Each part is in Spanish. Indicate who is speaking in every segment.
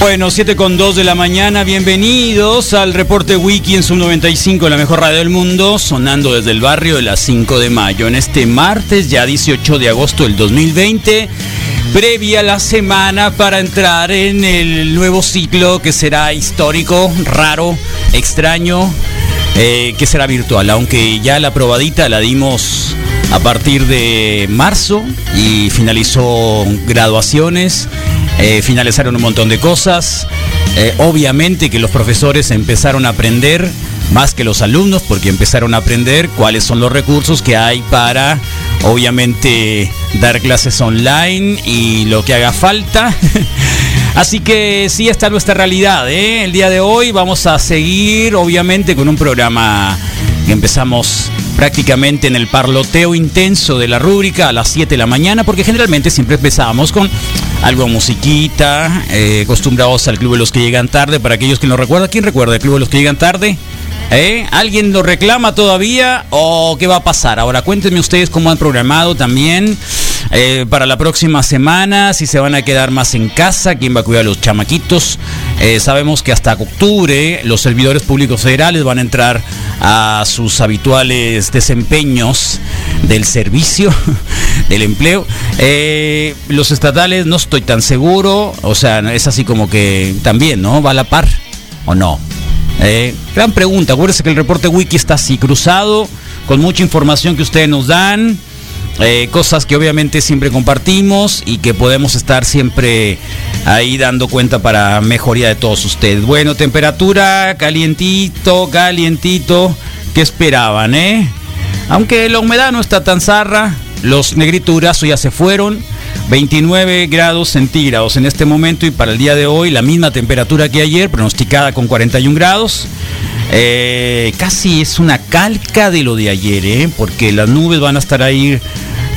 Speaker 1: Bueno, 7 con 2 de la mañana, bienvenidos al reporte Wiki en Sub 95, la mejor radio del mundo, sonando desde el barrio de las 5 de mayo, en este martes, ya 18 de agosto del 2020, previa la semana para entrar en el nuevo ciclo que será histórico, raro, extraño, eh, que será virtual, aunque ya la probadita la dimos a partir de marzo y finalizó graduaciones. Eh, finalizaron un montón de cosas. Eh, obviamente que los profesores empezaron a aprender, más que los alumnos, porque empezaron a aprender cuáles son los recursos que hay para, obviamente, dar clases online y lo que haga falta. Así que sí, esta es nuestra realidad. ¿eh? El día de hoy vamos a seguir, obviamente, con un programa que empezamos prácticamente en el parloteo intenso de la rúbrica a las 7 de la mañana, porque generalmente siempre empezamos con algo musiquita, eh, acostumbrados al Club de los que llegan tarde, para aquellos que no recuerdan, ¿quién recuerda el Club de los que llegan tarde? ¿Eh? ¿Alguien lo reclama todavía o qué va a pasar? Ahora cuéntenme ustedes cómo han programado también eh, para la próxima semana, si se van a quedar más en casa, quién va a cuidar a los chamaquitos. Eh, sabemos que hasta octubre los servidores públicos federales van a entrar a sus habituales desempeños del servicio, del empleo. Eh, los estatales no estoy tan seguro, o sea, es así como que también, ¿no? ¿Va a la par o no? Eh, gran pregunta, acuérdense que el reporte wiki está así, cruzado, con mucha información que ustedes nos dan, eh, cosas que obviamente siempre compartimos y que podemos estar siempre ahí dando cuenta para mejoría de todos ustedes. Bueno, temperatura, calientito, calientito, ¿qué esperaban, eh? Aunque la humedad no está tan zarra, los negriturazos ya se fueron. 29 grados centígrados en este momento y para el día de hoy la misma temperatura que ayer, pronosticada con 41 grados. Eh, casi es una calca de lo de ayer, eh, porque las nubes van a estar ahí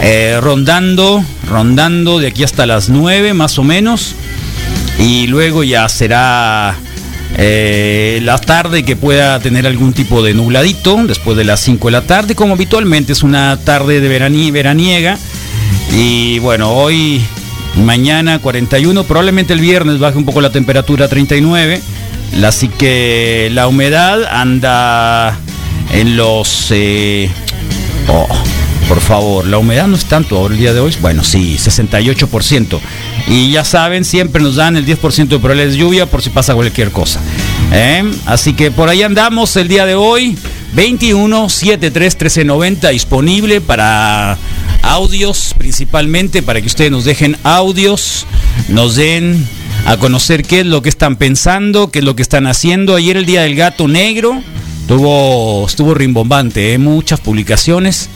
Speaker 1: eh, rondando, rondando de aquí hasta las 9 más o menos. Y luego ya será eh, la tarde que pueda tener algún tipo de nubladito después de las 5 de la tarde, como habitualmente es una tarde de veraní, veraniega. Y bueno, hoy, mañana 41, probablemente el viernes baje un poco la temperatura a 39. Así que la humedad anda en los... eh, oh, por favor, la humedad no es tanto ahora el día de hoy. Bueno, sí, 68%. Y ya saben, siempre nos dan el 10% de probabilidades de lluvia por si pasa cualquier cosa. ¿Eh? Así que por ahí andamos el día de hoy. 21 73 1390 disponible para audios principalmente, para que ustedes nos dejen audios, nos den a conocer qué es lo que están pensando, qué es lo que están haciendo. Ayer el Día del Gato Negro tuvo, estuvo rimbombante, ¿eh? muchas publicaciones,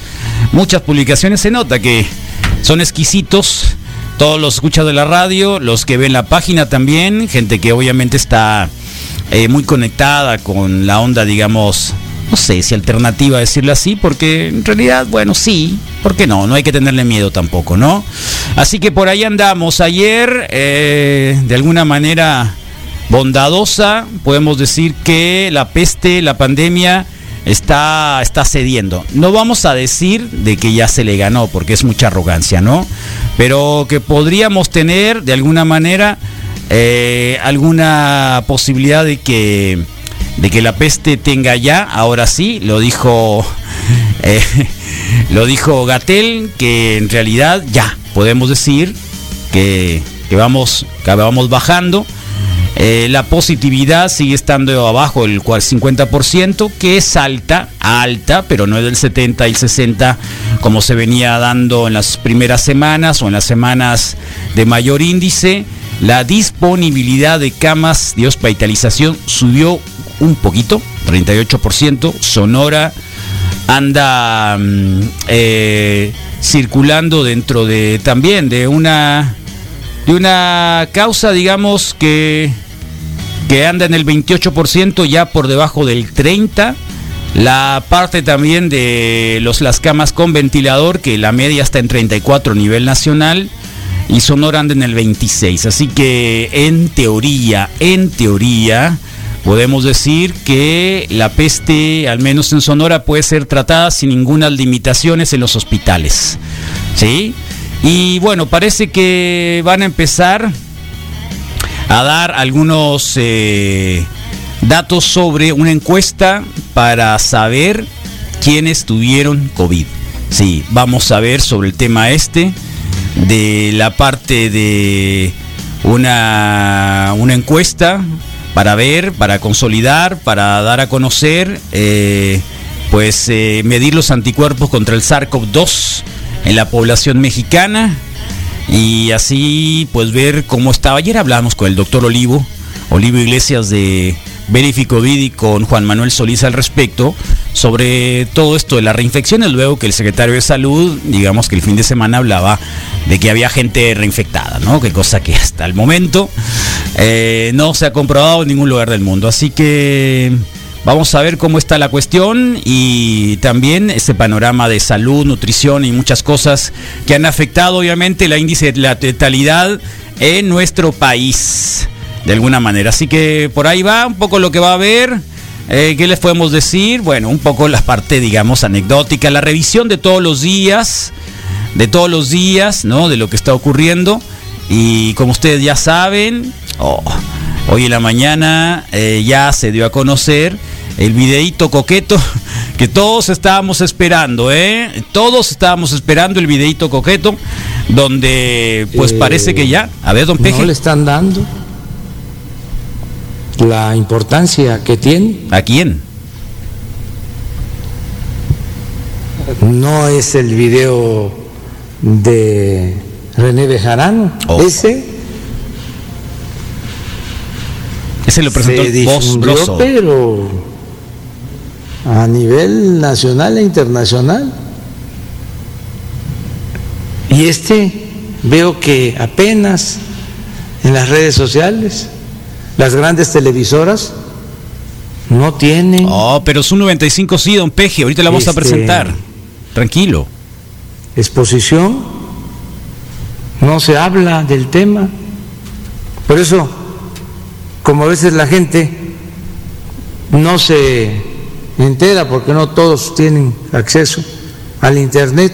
Speaker 1: muchas publicaciones. Se nota que son exquisitos todos los escuchas de la radio, los que ven la página también, gente que obviamente está eh, muy conectada con la onda, digamos, no sé si alternativa decirlo así, porque en realidad, bueno, sí, ¿por qué no? No hay que tenerle miedo tampoco, ¿no? Así que por ahí andamos. Ayer, eh, de alguna manera bondadosa, podemos decir que la peste, la pandemia, está, está cediendo. No vamos a decir de que ya se le ganó, porque es mucha arrogancia, ¿no? Pero que podríamos tener, de alguna manera, eh, alguna posibilidad de que, de que la peste tenga ya, ahora sí, lo dijo, eh, lo dijo Gatel, que en realidad ya podemos decir que, que vamos, que vamos bajando. Eh, la positividad sigue estando abajo del 50%, que es alta, alta, pero no es del 70 y el 60 como se venía dando en las primeras semanas o en las semanas de mayor índice. La disponibilidad de camas de hospitalización subió un poquito, 38%. Sonora anda mm, eh, circulando dentro de también de una de una causa, digamos, que, que anda en el 28%, ya por debajo del 30%. La parte también de los, las camas con ventilador, que la media está en 34 a nivel nacional, y Sonora anda en el 26. Así que en teoría, en teoría, podemos decir que la peste, al menos en Sonora, puede ser tratada sin ninguna limitaciones en los hospitales. ¿Sí? Y bueno, parece que van a empezar a dar algunos eh, datos sobre una encuesta para saber quiénes tuvieron COVID. Sí, vamos a ver sobre el tema este de la parte de una, una encuesta para ver, para consolidar, para dar a conocer, eh, pues eh, medir los anticuerpos contra el SARS-CoV-2 en la población mexicana y así pues ver cómo estaba. Ayer hablamos con el doctor Olivo, Olivo Iglesias de Verifico Vidi con Juan Manuel Solís al respecto sobre todo esto de las reinfecciones, luego que el secretario de salud, digamos que el fin de semana hablaba de que había gente reinfectada, ¿no? Que cosa que hasta el momento eh, no se ha comprobado en ningún lugar del mundo. Así que... Vamos a ver cómo está la cuestión y también este panorama de salud, nutrición y muchas cosas que han afectado obviamente la índice de la letalidad en nuestro país, de alguna manera. Así que por ahí va un poco lo que va a haber. Eh, ¿Qué les podemos decir? Bueno, un poco la parte, digamos, anecdótica, la revisión de todos los días, de todos los días, ¿no? De lo que está ocurriendo. Y como ustedes ya saben, oh, Hoy en la mañana eh, ya se dio a conocer el videíto coqueto que todos estábamos esperando, ¿eh? Todos estábamos esperando el videíto coqueto, donde pues
Speaker 2: Eh,
Speaker 1: parece que ya, a ver, don Peje,
Speaker 2: No le están dando la importancia que tiene.
Speaker 1: ¿a quién?
Speaker 2: No es el video de René Bejarano.
Speaker 1: Oh.
Speaker 2: Ese
Speaker 1: Ese lo presentó
Speaker 2: se
Speaker 1: el Voz
Speaker 2: difundió,
Speaker 1: Broso.
Speaker 2: pero a nivel nacional e internacional. Y este veo que apenas en las redes sociales, las grandes televisoras no tienen
Speaker 1: Oh, pero es un 95 sí, don Peje, ahorita la vamos a
Speaker 2: Este-
Speaker 1: presentar. Tranquilo.
Speaker 2: exposición, no se habla del tema. Por eso, como a veces la gente no se entera porque no todos tienen acceso al Internet,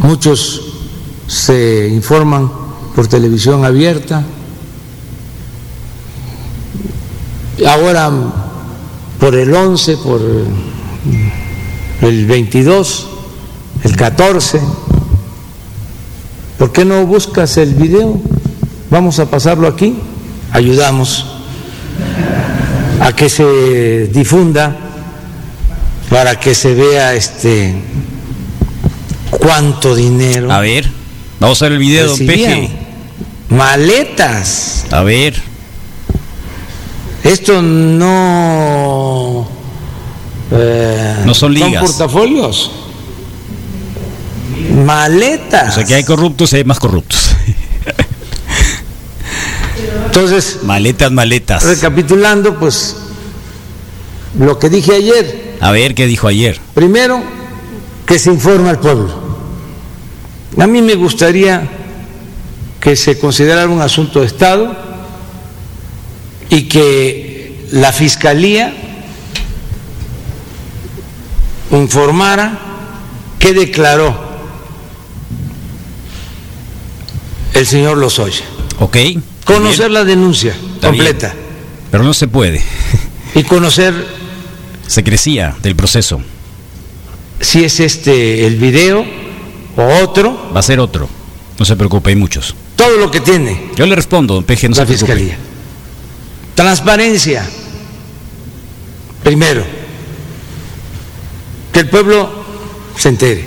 Speaker 2: muchos se informan por televisión abierta. Ahora por el 11, por el 22, el 14. ¿Por qué no buscas el video? Vamos a pasarlo aquí. Ayudamos a que se difunda para que se vea este cuánto dinero
Speaker 1: A ver, vamos a ver el video,
Speaker 2: Pues
Speaker 1: don
Speaker 2: recibían.
Speaker 1: Peje.
Speaker 2: Maletas.
Speaker 1: A ver.
Speaker 2: Esto no. eh,
Speaker 1: No son ligas.
Speaker 2: portafolios. Maletas.
Speaker 1: O sea que hay corruptos y hay más corruptos.
Speaker 2: Entonces,
Speaker 1: Maletas, maletas.
Speaker 2: recapitulando, pues, lo que dije ayer.
Speaker 1: A ver qué dijo ayer.
Speaker 2: Primero, que se informe al pueblo. A mí me gustaría que se considerara un asunto de Estado y que la Fiscalía informara qué declaró el señor Lozoya.
Speaker 1: Ok.
Speaker 2: Conocer la denuncia
Speaker 1: Está bien.
Speaker 2: completa
Speaker 1: Pero no se puede.
Speaker 2: y conocer
Speaker 1: Se crecía del proceso.
Speaker 2: si es este el video o otro,
Speaker 1: Va a ser otro. No se preocupe, hay muchos.
Speaker 2: todo lo que tiene.
Speaker 1: Yo le respondo, don Peje, no
Speaker 2: la
Speaker 1: se preocupe.
Speaker 2: fiscalía. Transparencia. Primero, que el pueblo se entere.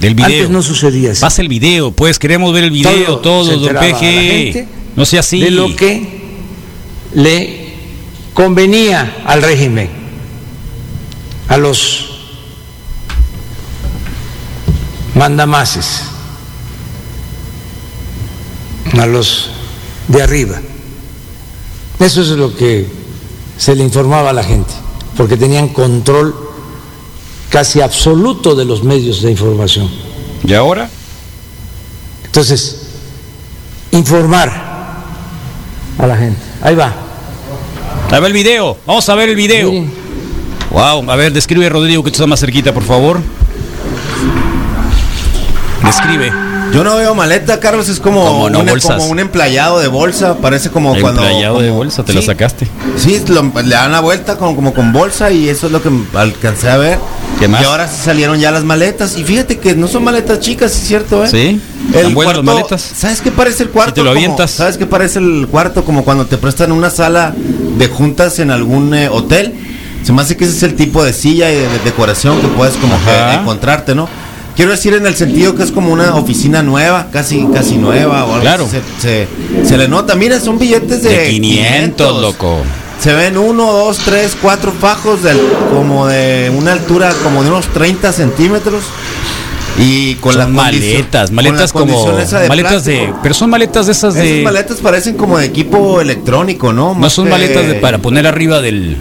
Speaker 1: Del video.
Speaker 2: Antes no sucedía así.
Speaker 1: Pasa el video, pues queremos ver el video todo,
Speaker 2: se
Speaker 1: don
Speaker 2: enteraba la
Speaker 1: Peje.
Speaker 2: gente
Speaker 1: No sea así.
Speaker 2: De lo que le convenía al régimen, a los mandamases, a los de arriba. Eso es lo que se le informaba a la gente, porque tenían control casi absoluto de los medios de información.
Speaker 1: ¿Y ahora?
Speaker 2: Entonces, informar a la gente. Ahí va.
Speaker 1: A ver el video. Vamos a ver el video.
Speaker 2: Miren,
Speaker 1: Wow. A ver, describe Rodrigo que tú estás más cerquita, por favor. Describe.
Speaker 3: Yo no veo maleta, Carlos, es como,
Speaker 1: Como no,
Speaker 3: una-
Speaker 1: bolsas.
Speaker 3: como un emplayado de bolsa, parece como cuando...
Speaker 1: Emplayado de
Speaker 3: como-
Speaker 1: bolsa, te lo
Speaker 3: Sí.
Speaker 1: sacaste.
Speaker 3: Sí, lo- le dan la vuelta con- como con bolsa y eso es lo que alcancé a ver.
Speaker 1: ¿Qué más?
Speaker 3: Y ahora sí salieron ya las maletas. Y fíjate que no son maletas chicas, es cierto, ¿eh?
Speaker 1: Sí,
Speaker 3: El
Speaker 1: están buenas
Speaker 3: cuarto,
Speaker 1: las maletas.
Speaker 3: ¿Sabes qué parece el cuarto?
Speaker 1: Si te lo
Speaker 3: Como-
Speaker 1: avientas.
Speaker 3: ¿Sabes qué parece el cuarto? Como cuando te prestan una sala de juntas en algún eh, hotel. Se me hace que ese es el tipo de silla y de, de decoración que puedes como que
Speaker 1: Ajá.
Speaker 3: encontrarte, ¿no? Quiero decir en el sentido que es como una oficina nueva, casi casi nueva o algo
Speaker 1: Claro.
Speaker 3: así. Se, se- se le nota, mira, son billetes de,
Speaker 1: De 500, loco.
Speaker 3: se ven uno, dos, tres, cuatro fajos del, como de una altura como de unos 30 centímetros. Y con
Speaker 1: Son
Speaker 3: las
Speaker 1: maletas, maletas como maletas de, pero son maletas de esas de
Speaker 3: Esas maletas parecen como de equipo electrónico, ¿no?
Speaker 1: no son
Speaker 3: Más
Speaker 1: maletas de para poner arriba del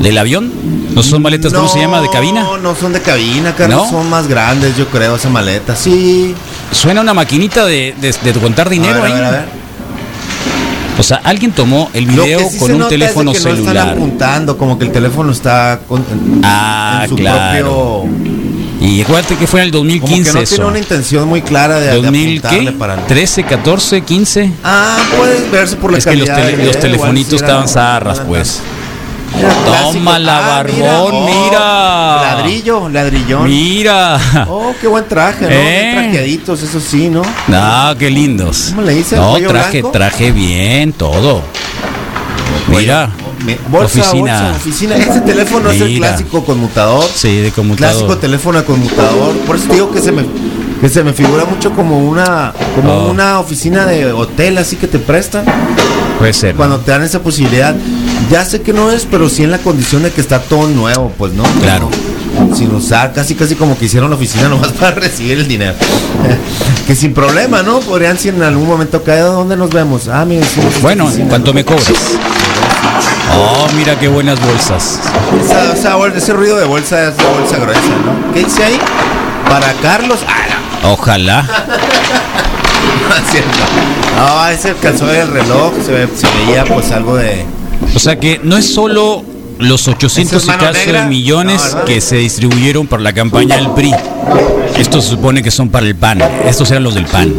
Speaker 1: del avión, no son maletas cómo se llama de cabina.
Speaker 3: No, no son de cabina, Carlos.
Speaker 1: ¿No?
Speaker 3: Son más grandes, yo creo, esa maleta. Sí.
Speaker 1: Suena una maquinita de, de, de contar
Speaker 3: A
Speaker 1: dinero
Speaker 3: ver, a
Speaker 1: ahí.
Speaker 3: ver, a ver.
Speaker 1: O sea, alguien tomó el
Speaker 3: Lo
Speaker 1: video
Speaker 3: que sí
Speaker 1: con
Speaker 3: se
Speaker 1: un
Speaker 3: nota es de
Speaker 1: teléfono
Speaker 3: que No están
Speaker 1: celular
Speaker 3: apuntando, como que el teléfono está con- en,
Speaker 1: Ah,
Speaker 3: en su
Speaker 1: claro.
Speaker 3: propio
Speaker 1: y acuérdate que fue en el
Speaker 3: Como
Speaker 1: 2015
Speaker 3: que no
Speaker 1: eso.
Speaker 3: tiene una intención muy clara de, de
Speaker 1: 2000
Speaker 3: apuntarle
Speaker 1: qué?
Speaker 3: para nada.
Speaker 1: 13, 14, 15.
Speaker 3: Ah, puedes verse por la
Speaker 1: Es que los,
Speaker 3: calidad
Speaker 1: tele-
Speaker 3: del
Speaker 1: los
Speaker 3: video,
Speaker 1: telefonitos
Speaker 3: igual si era-
Speaker 1: estaban zarras,
Speaker 3: Ajá.
Speaker 1: pues.
Speaker 3: Era clásico. Ah, Oh,
Speaker 1: Toma la barbón, mira.
Speaker 3: Ladrillo, ladrillón.
Speaker 1: Mira.
Speaker 3: Oh, qué buen traje, ¿no?
Speaker 1: Eh.
Speaker 3: Bien trajeaditos, eso sí, ¿no?
Speaker 1: Ah, qué lindos.
Speaker 3: ¿Cómo le dice?
Speaker 1: No,
Speaker 3: ¿Cuello
Speaker 1: traje,
Speaker 3: blanco?
Speaker 1: traje bien, todo. Mira.
Speaker 3: Me- Bolsa,
Speaker 1: Oficina.
Speaker 3: bolsa, oficina. Este teléfono es el
Speaker 1: Mira.
Speaker 3: clásico conmutador.
Speaker 1: Sí, de conmutador.
Speaker 3: Clásico teléfono de conmutador. Por eso te digo que se me, que se me figura mucho como una como
Speaker 1: Oh.
Speaker 3: una oficina de hotel así que te prestan.
Speaker 1: Puede ser.
Speaker 3: cuando te dan esa posibilidad, ya sé que no es, pero sí en la condición de que está todo nuevo, pues no.
Speaker 1: Claro.
Speaker 3: Sin usar, casi casi como que hicieron la oficina nomás para recibir el dinero. que sin problema, ¿no? Podrían si en algún momento cae, ¿dónde nos vemos? Ah, mira, sí, sí,
Speaker 1: Bueno,
Speaker 3: sí,
Speaker 1: ¿en
Speaker 3: sí,
Speaker 1: cuánto
Speaker 3: sí.
Speaker 1: me cobras? Oh, mira qué buenas bolsas.
Speaker 3: Esa- esa bol- ese ruido de bolsa es la bolsa gruesa, ¿no? ¿Qué dice ahí? Para Carlos. Ah, no,
Speaker 1: Ojalá.
Speaker 3: no es cierto. Ah, ese alcanzó a ver el reloj, se, ve- se veía pues algo de.
Speaker 1: O sea que no es solo los 800
Speaker 3: ¿Eso
Speaker 1: y
Speaker 3: es mano
Speaker 1: caso de
Speaker 3: negra? No,
Speaker 1: millones
Speaker 3: ¿verdad?
Speaker 1: que se distribuyeron para la campaña del PRI. Estos se supone que son para el PAN. Estos eran los del PAN.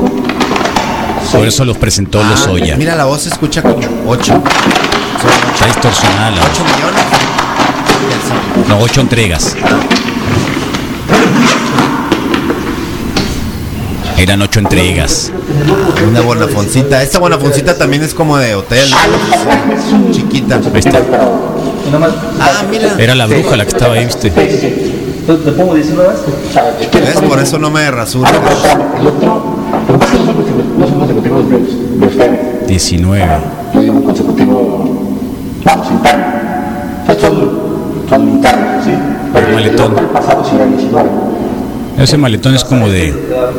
Speaker 1: Por eso los presentó
Speaker 3: Ah,
Speaker 1: los Lozoya.
Speaker 3: Mira, la voz se escucha como 8.
Speaker 1: Está distorsionada la
Speaker 3: 8 millones.
Speaker 1: No, ocho entregas. Eran ocho entregas.
Speaker 3: Una bonafoncita. Esta bonafoncita también es como de hotel. ¿no? Chiquita.
Speaker 1: Ahí está.
Speaker 3: Ah, mira.
Speaker 1: Era la bruja la que estaba ahí, ¿viste?
Speaker 3: ¿Ves? Por eso no me rasuro.
Speaker 1: 19. El maletón. Ese maletón es como de.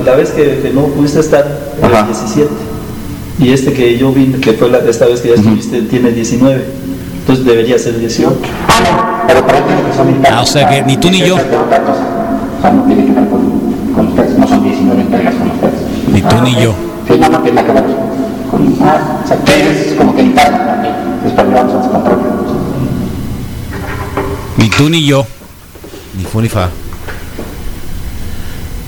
Speaker 4: La, la vez que, que no pudiste estar, era 17. Y este que yo vi, que fue la, esta vez que ya estuviste, tiene 19. Entonces debería ser 18.
Speaker 1: Ah, o sea que ni tú ni yo. Ni tú ni yo. Ni tú ni yo.
Speaker 3: Ni fu ni fa.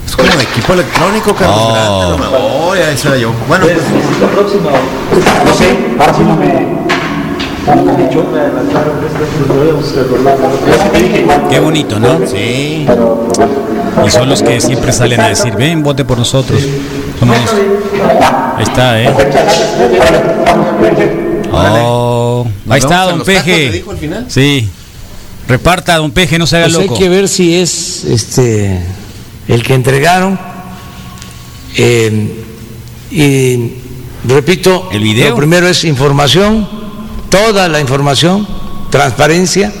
Speaker 3: Es como de equipo electrónico, Carlos
Speaker 5: Oh.
Speaker 3: Grande, no me voy, ahí será yo. Bueno,
Speaker 4: Es,
Speaker 3: pues,
Speaker 4: es la próxima. No sé, ahora sí no me. Nunca Ah, me pues, echó.
Speaker 1: Qué bonito, ¿no?
Speaker 3: sí.
Speaker 1: Y son los que siempre salen a decir, ven, vote por nosotros. Somos los- Ahí está, ¿eh? Oh,
Speaker 3: Nos
Speaker 1: ahí está,
Speaker 3: vemos en
Speaker 1: don
Speaker 3: los tacos, ¿te
Speaker 1: Peje.
Speaker 3: dijo al final?
Speaker 1: Sí. Reparta, don Peje, no se haga
Speaker 2: Pues hay
Speaker 1: loco.
Speaker 2: que ver si es este el que entregaron. Eh, y repito,
Speaker 1: El video.
Speaker 2: lo primero es información, toda la información, transparencia.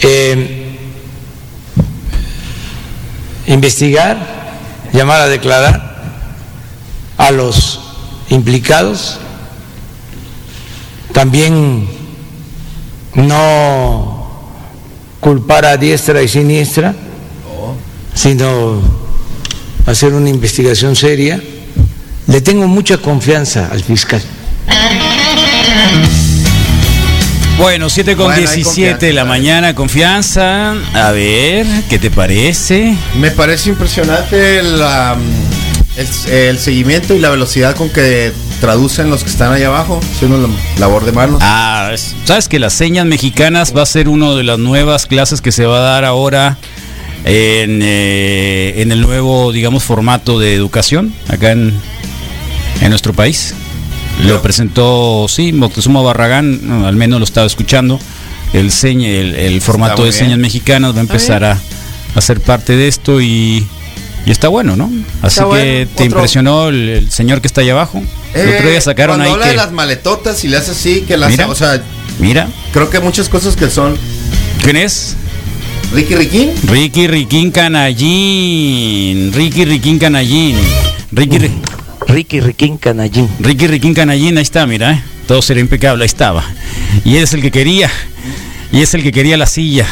Speaker 2: Eh, investigar, llamar a declarar a los implicados. También no culpar a diestra y siniestra,
Speaker 1: Oh.
Speaker 2: sino hacer una investigación seria. Le tengo mucha confianza al fiscal.
Speaker 1: Bueno, 7 con
Speaker 3: Bueno, hay
Speaker 1: 17 de la
Speaker 3: confianza,
Speaker 1: mañana, confianza. A ver, ¿qué te parece?
Speaker 3: Me parece impresionante la, mm, el, el seguimiento y la velocidad con que traducen los que están allá abajo, haciendo la labor de manos.
Speaker 1: Ah, es- sabes que las señas mexicanas va a ser una de las nuevas clases que se va a dar ahora en, eh, en el nuevo, digamos, formato de educación acá en, en nuestro país. Lo presentó, sí, Moctezuma Barragán, no, al menos lo estaba escuchando. El, seña- el, el formato de
Speaker 3: muy bien.
Speaker 1: señas mexicanas va a empezar a, a ser parte de esto y, y está bueno, ¿no? Así que
Speaker 3: Está bueno.
Speaker 1: te
Speaker 3: Otro-
Speaker 1: impresionó el, el señor que está allá abajo. El
Speaker 3: Eh,
Speaker 1: otro día sacaron
Speaker 3: cuando
Speaker 1: ahí
Speaker 3: habla
Speaker 1: que...
Speaker 3: de las maletotas y le hace así, que las.
Speaker 1: Mira.
Speaker 3: O sea,
Speaker 1: Mira,
Speaker 3: creo que muchas cosas que son
Speaker 1: ¿quién es?
Speaker 3: Ricky Riquín.
Speaker 1: Ricky Riquín Canallín. Ricky Riquín Canallín. Ricky, Ri-
Speaker 2: Ricky Riquín Canallín.
Speaker 1: Ricky Riquín Canallín, ahí está, mira, eh. todo será impecable, ahí estaba. Y es el que quería. Y es el que quería la silla.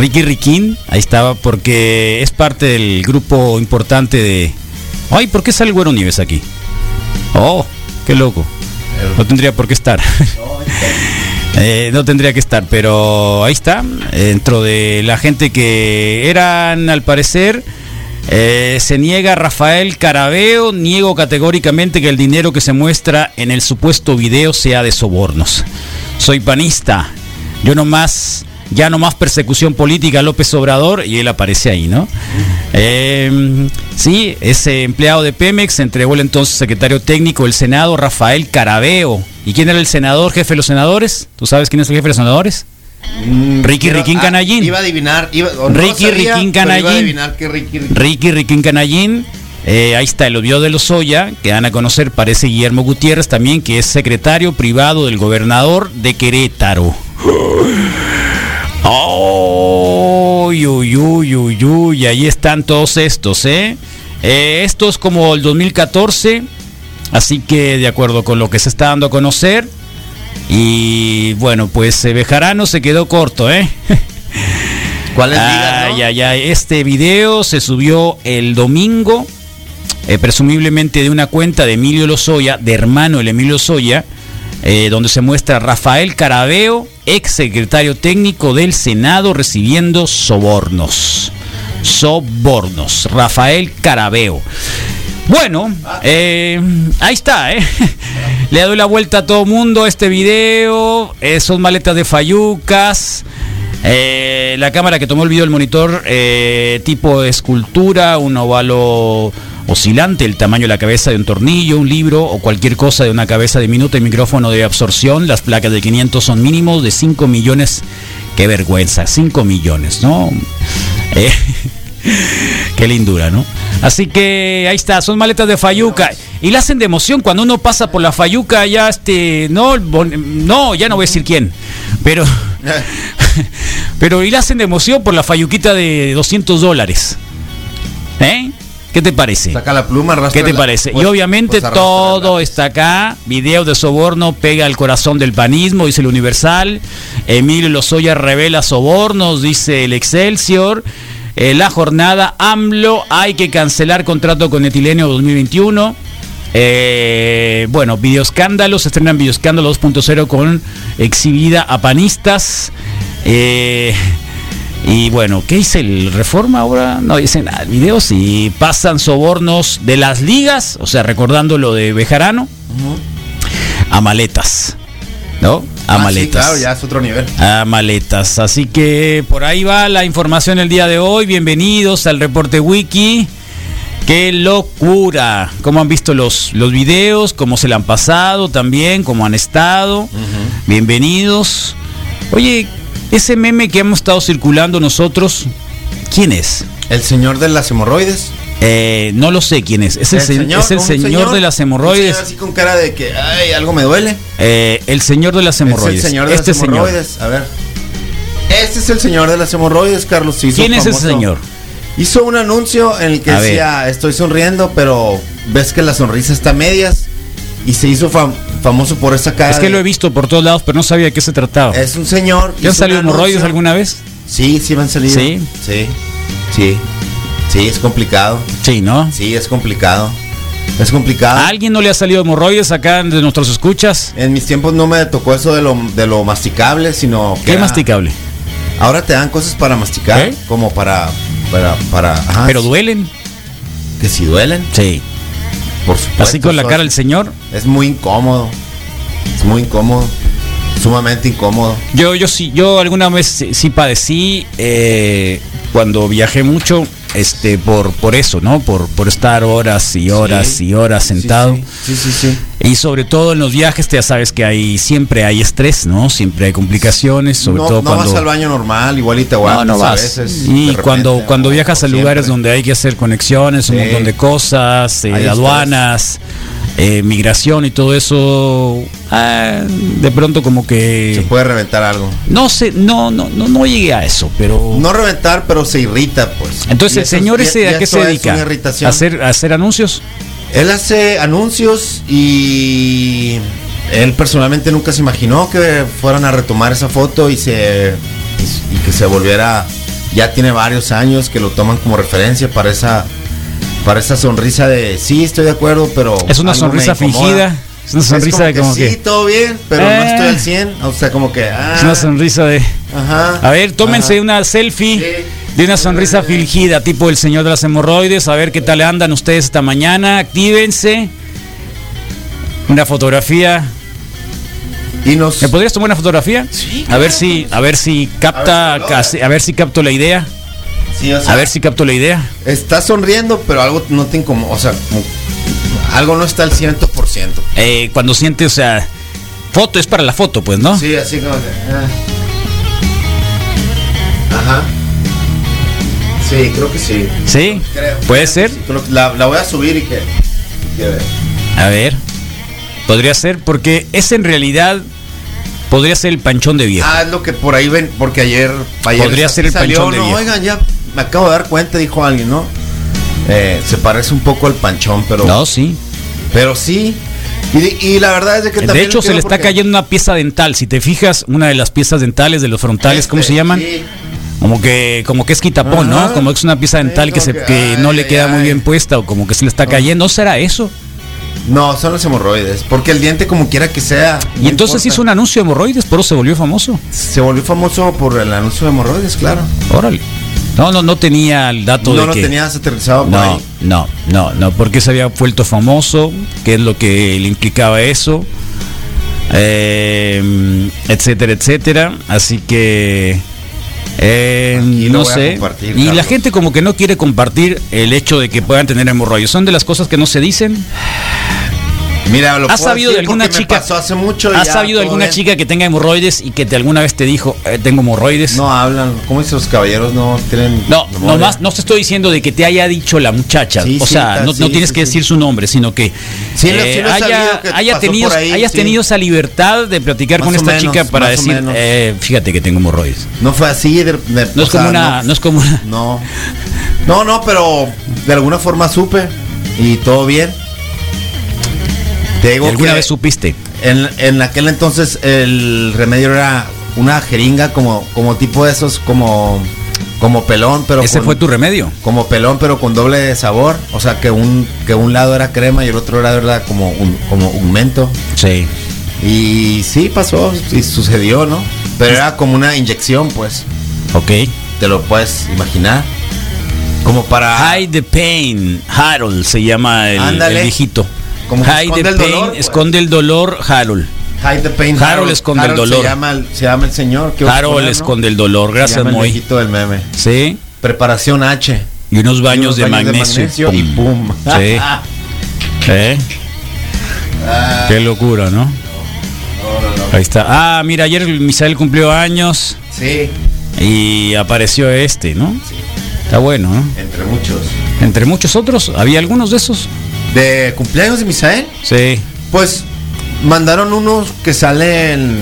Speaker 1: Ricky Riquín, ahí estaba, porque es parte del grupo importante de. Ay, ¿por qué sale el Güero Nieves aquí? Oh, qué loco. No tendría por qué estar. Eh, no tendría que estar, pero ahí está, eh, dentro de la gente que eran, al parecer, eh, se niega Rafael Carabeo, niego categóricamente que el dinero que se muestra en el supuesto video sea de sobornos. Soy panista, yo nomás, ya nomás persecución política a López Obrador, y él aparece ahí, ¿no? Eh, sí, ese empleado de Pemex entregó el entonces secretario técnico del Senado, Rafael Carabeo. ¿Y quién era el senador, jefe de los senadores? ¿Tú sabes quién es el jefe de los senadores? Ricky
Speaker 3: Pero,
Speaker 1: Riquín
Speaker 3: ah,
Speaker 1: Canallín.
Speaker 3: Iba a adivinar. Iba, o no
Speaker 1: Ricky
Speaker 3: sabía,
Speaker 1: Riquín
Speaker 3: pero Iba a
Speaker 1: Canallín.
Speaker 3: adivinar que Ricky Riquín.
Speaker 1: Ricky Riquín Canallín. eh, ahí está el obvio de Lozoya, que dan a conocer, parece Guillermo Gutiérrez también, que es secretario privado del gobernador de Querétaro. ¡Ay, uy, uy, uy, uy! Ahí están todos estos, ¿eh? Eh, Esto es como el 2014, así que de acuerdo con lo que se está dando a conocer. Y bueno, pues eh, Bejarano se quedó corto, ¿eh?
Speaker 3: ¿Cuáles ligas?
Speaker 1: Ay,
Speaker 3: no?
Speaker 1: ay, ay. Este video se subió el domingo, eh, presumiblemente de una cuenta de Emilio Lozoya, de hermano el Emilio Lozoya, eh, donde se muestra a Rafael Carabeo, ex secretario técnico del Senado, recibiendo sobornos. Sobornos. Rafael Carabeo. Bueno, eh, ahí está, ¿eh? Le doy la vuelta a todo mundo este video. eh, son maletas de fayucas. eh, la cámara que tomó el video del monitor, eh, tipo escultura, un ovalo oscilante, el tamaño de la cabeza de un tornillo, un libro o cualquier cosa de una cabeza diminuta y micrófono de absorción. Las placas de 500 son mínimos de 5 millones. Qué vergüenza, 5 millones, ¿no? Eh, Qué lindura, ¿no? Así que ahí está, son maletas de Fayuca. Y la hacen de emoción cuando uno pasa por la Fayuca, ya este. No, el bon- no ya no voy a decir quién. Pero. Pero y la hacen de emoción por la Fayuquita de 200 dólares. ¿Eh? ¿Qué te parece?
Speaker 3: Saca la pluma, arrastra
Speaker 1: ¿Qué te
Speaker 3: la-
Speaker 1: parece?
Speaker 3: pues-
Speaker 1: y obviamente
Speaker 3: pues arrastra
Speaker 1: todo
Speaker 3: la-
Speaker 1: está acá. Video de soborno pega al corazón del panismo, dice el Universal. Emilio Lozoya revela sobornos, dice el Excelsior. Eh, la jornada AMLO, hay que cancelar contrato con Etileno 2021. Eh, bueno, Videoscándalos, se estrenan Videoscándalo 2.0 con exhibida a panistas. Eh, y bueno, ¿qué dice el Reforma ahora? No dice nada, el video sí. Pasan sobornos de las ligas, o sea, recordando lo de Bejarano, a maletas. ¿No? A
Speaker 3: Ah, sí,
Speaker 1: maletas.
Speaker 3: claro, ya es otro nivel.
Speaker 1: A maletas. Así que por ahí va la información el día de hoy. Bienvenidos al reporte wiki. ¡Qué locura! ¿Cómo han visto los, los videos? ¿Cómo se la han pasado también? ¿Cómo han estado? Bienvenidos. Oye, ese meme que hemos estado circulando nosotros, ¿quién es?
Speaker 3: El señor de las hemorroides.
Speaker 1: Eh, no lo sé quién es. Es el, se- es el
Speaker 3: un
Speaker 1: señor, de las
Speaker 3: un señor
Speaker 1: hemorroides.
Speaker 3: así con cara de que, ay, algo me duele.
Speaker 1: Eh, el señor de las hemorroides.
Speaker 3: Es el señor de
Speaker 1: este
Speaker 3: las hemorroides.
Speaker 1: señor.
Speaker 3: A ver. Este es el señor de las hemorroides, Carlos. se hizo
Speaker 1: ¿Quién es ese
Speaker 3: famoso.
Speaker 1: señor?
Speaker 3: Hizo un anuncio en el que
Speaker 1: A
Speaker 3: decía, estoy sonriendo, pero ves que la sonrisa está a medias. Y se hizo fam- famoso por esa cara.
Speaker 1: Es que
Speaker 3: de-
Speaker 1: lo he visto por todos lados, pero no sabía de qué se trataba.
Speaker 3: Es un señor. que
Speaker 1: ¿Ya han
Speaker 3: hizo un
Speaker 1: salido hemorroides
Speaker 3: anuncio.
Speaker 1: alguna vez?
Speaker 3: Sí, sí me han salido.
Speaker 1: ¿Sí?
Speaker 3: Sí. Sí. Sí, es complicado.
Speaker 1: Sí, ¿no?
Speaker 3: Sí, Ah. es complicado. Es complicado.
Speaker 1: ¿A alguien no le ha salido hemorroides acá de nuestros escuchas?
Speaker 3: En mis tiempos no me tocó eso de lo, de lo masticable, sino que
Speaker 1: ¿Qué
Speaker 3: era-
Speaker 1: masticable?
Speaker 3: Ahora te dan cosas para masticar,
Speaker 1: ¿Eh?
Speaker 3: como para para para ajá,
Speaker 1: ¿Pero duelen?
Speaker 3: que si duelen,
Speaker 1: Sí.
Speaker 3: por supuesto.
Speaker 1: Así con la
Speaker 3: eso
Speaker 1: cara del
Speaker 3: es-
Speaker 1: señor.
Speaker 3: Es muy incómodo. Es muy incómodo. Sumamente incómomodo.
Speaker 1: Yo, yo sí, yo alguna vez sí, sí padecí eh, cuando viajé mucho, este, por, por eso, ¿no? Por, por estar horas y horas
Speaker 3: Sí.
Speaker 1: y horas
Speaker 3: Sí,
Speaker 1: sentado.
Speaker 3: Sí, sí, sí. sí.
Speaker 1: Y sobre todo en los viajes, te ya sabes que hay, siempre hay estrés, ¿no? Siempre hay complicaciones, sobre
Speaker 3: no
Speaker 1: todo
Speaker 3: no
Speaker 1: cuando.
Speaker 3: vas al baño normal, igual y te aguantas
Speaker 1: no, no
Speaker 3: a
Speaker 1: vas.
Speaker 3: veces. de
Speaker 1: y
Speaker 3: repente,
Speaker 1: cuando,
Speaker 3: o-
Speaker 1: cuando viajas
Speaker 3: o
Speaker 1: a lugares
Speaker 3: siempre.
Speaker 1: donde hay que hacer conexiones, un
Speaker 3: Sí.
Speaker 1: montón de cosas, eh,
Speaker 3: Ahí estás.
Speaker 1: aduanas, eh, migración y todo eso, ah, de pronto como
Speaker 3: se
Speaker 1: que...
Speaker 3: puede reventar algo.
Speaker 1: No sé, no, no, no, no llegué a eso, pero...
Speaker 3: No reventar, pero se irrita, pues.
Speaker 1: Entonces,
Speaker 3: Y
Speaker 1: el
Speaker 3: eso-
Speaker 1: señor
Speaker 3: y-
Speaker 1: ese,
Speaker 3: y
Speaker 1: ¿a qué
Speaker 3: eso
Speaker 1: se
Speaker 3: es
Speaker 1: dedica?
Speaker 3: una
Speaker 1: ¿A
Speaker 3: irritación.
Speaker 1: hacer, a hacer anuncios?
Speaker 3: Él hace anuncios y él personalmente nunca se imaginó que fueran a retomar esa foto y se y, que se volviera ya tiene varios años que lo toman como referencia para esa para esa sonrisa de sí estoy de acuerdo pero
Speaker 1: Es una
Speaker 3: algo me
Speaker 1: sonrisa
Speaker 3: incomoda".
Speaker 1: fingida, es una sonrisa
Speaker 3: como
Speaker 1: de como
Speaker 3: que sí
Speaker 1: que...
Speaker 3: todo bien pero no
Speaker 1: Eh.
Speaker 3: estoy al 100 o sea como que ah,
Speaker 1: Es una sonrisa de...
Speaker 3: ajá
Speaker 1: A ver, tómense
Speaker 3: ajá.
Speaker 1: una selfie
Speaker 3: Sí.
Speaker 1: de una sonrisa fingida, tipo el señor de las hemorroides. A ver qué tal andan ustedes esta mañana. Actívense. Una fotografía.
Speaker 3: y nos
Speaker 1: ¿Me podrías tomar una fotografía?
Speaker 3: Sí,
Speaker 1: A ver
Speaker 3: claro. pues.
Speaker 1: si, a ver si capta,
Speaker 3: A ver si lo logra.
Speaker 1: casi- a ver si capto la idea.
Speaker 3: sí, o sea,
Speaker 1: A ver si capto la idea.
Speaker 3: estás sonriendo pero algo no te incomoda o sea como- algo no está al 100%
Speaker 1: Eh, cuando siente, o sea, foto es para la foto, pues, ¿no?
Speaker 3: Sí, así como que. ah. Ajá. Sí, creo que sí.
Speaker 1: ¿Sí?
Speaker 3: Creo.
Speaker 1: ¿Puede ser?
Speaker 3: Creo que La, la voy a subir y que. que ve.
Speaker 1: A ver. Podría ser, porque es en realidad, podría ser el panchón de viejo.
Speaker 3: Ah, es lo que por ahí ven, porque ayer. ayer
Speaker 1: Podría ser el panchón de
Speaker 3: no,
Speaker 1: viejo.
Speaker 3: Oigan, ya me acabo de dar cuenta, dijo alguien, ¿no? Eh, se parece un poco al panchón, pero.
Speaker 1: No, sí.
Speaker 3: Pero sí. Y, y la verdad es de que
Speaker 1: De
Speaker 3: también
Speaker 1: hecho,
Speaker 3: lo
Speaker 1: se
Speaker 3: quiero
Speaker 1: le está
Speaker 3: porque-
Speaker 1: cayendo una pieza dental. Si te fijas, una de las piezas dentales de los frontales, ¿cómo
Speaker 3: Este,
Speaker 1: se llaman?
Speaker 3: sí.
Speaker 1: Como que, como que es quitapón,
Speaker 3: Ajá.
Speaker 1: ¿no? Como que es una pieza
Speaker 3: Sí,
Speaker 1: dental que,
Speaker 3: como
Speaker 1: se,
Speaker 3: que,
Speaker 1: que no
Speaker 3: ay,
Speaker 1: le
Speaker 3: ay,
Speaker 1: queda muy
Speaker 3: ay.
Speaker 1: bien puesta o como que se le está cayendo. ¿No será eso?
Speaker 3: No, son los hemorroides. Porque el diente, como quiera que sea.
Speaker 1: Y
Speaker 3: no
Speaker 1: entonces
Speaker 3: importa.
Speaker 1: hizo un anuncio de hemorroides, por eso se volvió famoso.
Speaker 3: Se volvió famoso por el anuncio de hemorroides, claro.
Speaker 1: Órale. No, no, no tenía el dato de
Speaker 3: No lo
Speaker 1: que...
Speaker 3: tenías aterrizado por
Speaker 1: No,
Speaker 3: ahí.
Speaker 1: no, no, no, porque se había vuelto famoso, qué es lo que le implicaba eso, eh, etcétera, etcétera. Así que, eh,
Speaker 3: Aquí lo
Speaker 1: no
Speaker 3: voy a
Speaker 1: sé.
Speaker 3: compartir,
Speaker 1: Y la
Speaker 3: Carlos.
Speaker 1: gente como que no quiere compartir el hecho de que puedan tener hemorroides. Son de las cosas que no se dicen.
Speaker 3: Mira, lo
Speaker 1: ¿Has
Speaker 3: puedo
Speaker 1: sabido de
Speaker 3: decir
Speaker 1: alguna
Speaker 3: porque me
Speaker 1: chica?
Speaker 3: pasó hace mucho y
Speaker 1: ¿Has
Speaker 3: ya,
Speaker 1: sabido de
Speaker 3: todo
Speaker 1: alguna
Speaker 3: bien.
Speaker 1: chica que tenga hemorroides y que te alguna vez te dijo, eh, tengo hemorroides?
Speaker 3: No hablan. ¿Cómo dicen los caballeros? No tienen.
Speaker 1: No,
Speaker 3: memoria.
Speaker 1: nomás, no te estoy diciendo de que te haya dicho la muchacha.
Speaker 3: Sí,
Speaker 1: o
Speaker 3: sí,
Speaker 1: sea,
Speaker 3: está,
Speaker 1: no, no
Speaker 3: sí,
Speaker 1: tienes
Speaker 3: sí,
Speaker 1: que
Speaker 3: sí.
Speaker 1: decir su nombre, sino que, eh,
Speaker 3: Sí, lo- sí lo he
Speaker 1: haya,
Speaker 3: sabido que
Speaker 1: haya
Speaker 3: pasó
Speaker 1: tenido,
Speaker 3: por ahí,
Speaker 1: hayas
Speaker 3: sí.
Speaker 1: tenido esa libertad de platicar
Speaker 3: Más
Speaker 1: con
Speaker 3: o
Speaker 1: esta
Speaker 3: menos,
Speaker 1: chica para
Speaker 3: más o
Speaker 1: decir,
Speaker 3: menos.
Speaker 1: eh, fíjate que tengo hemorroides.
Speaker 3: No fue así. de- de-
Speaker 1: No
Speaker 3: o
Speaker 1: es como
Speaker 3: sea,
Speaker 1: una, no, es como una.
Speaker 3: No. No, no, pero de alguna forma supe y todo bien. Te digo
Speaker 1: ¿Alguna
Speaker 3: que
Speaker 1: vez supiste?
Speaker 3: en, en aquel entonces el remedio era una jeringa como, como tipo de esos, como como pelón, pero
Speaker 1: Ese
Speaker 3: con-
Speaker 1: fue tu remedio.
Speaker 3: como pelón pero con doble sabor, o sea que un que un lado era crema y el otro lado era como un como un mento
Speaker 1: Sí.
Speaker 3: y sí pasó y sucedió, ¿no? Pero era como una inyección, pues,
Speaker 1: Ok.
Speaker 3: te lo puedes imaginar, como para
Speaker 1: Hide the pain, Harold se llama el,
Speaker 3: Ah. Ándale.
Speaker 1: el viejito.
Speaker 3: Como que
Speaker 1: Hide
Speaker 3: esconde
Speaker 1: the
Speaker 3: el
Speaker 1: pain,
Speaker 3: dolor, pues.
Speaker 1: esconde el dolor, Harold.
Speaker 3: hide the pain.
Speaker 1: Harold esconde el dolor.
Speaker 3: Se llama, el- se llama el señor. ¿qué vas a
Speaker 1: Harold
Speaker 3: poner, no?
Speaker 1: esconde el dolor,
Speaker 3: Se
Speaker 1: gracias
Speaker 3: llama el
Speaker 1: Moy.
Speaker 3: viejito del meme.
Speaker 1: Sí.
Speaker 3: Preparación H.
Speaker 1: Y unos
Speaker 3: Y
Speaker 1: baños,
Speaker 3: unos
Speaker 1: de, magnesio.
Speaker 3: y pum.
Speaker 1: Sí. ¿Eh? Qué locura, ¿no? Ahí está. Ah, mira, ayer Misael cumplió años
Speaker 3: sí,
Speaker 1: y apareció este, ¿no? Está bueno, ¿no?
Speaker 3: entre muchos.
Speaker 1: Entre muchos otros, había algunos de esos.
Speaker 3: De cumpleaños de Misael,
Speaker 1: Sí.
Speaker 3: pues mandaron unos que salen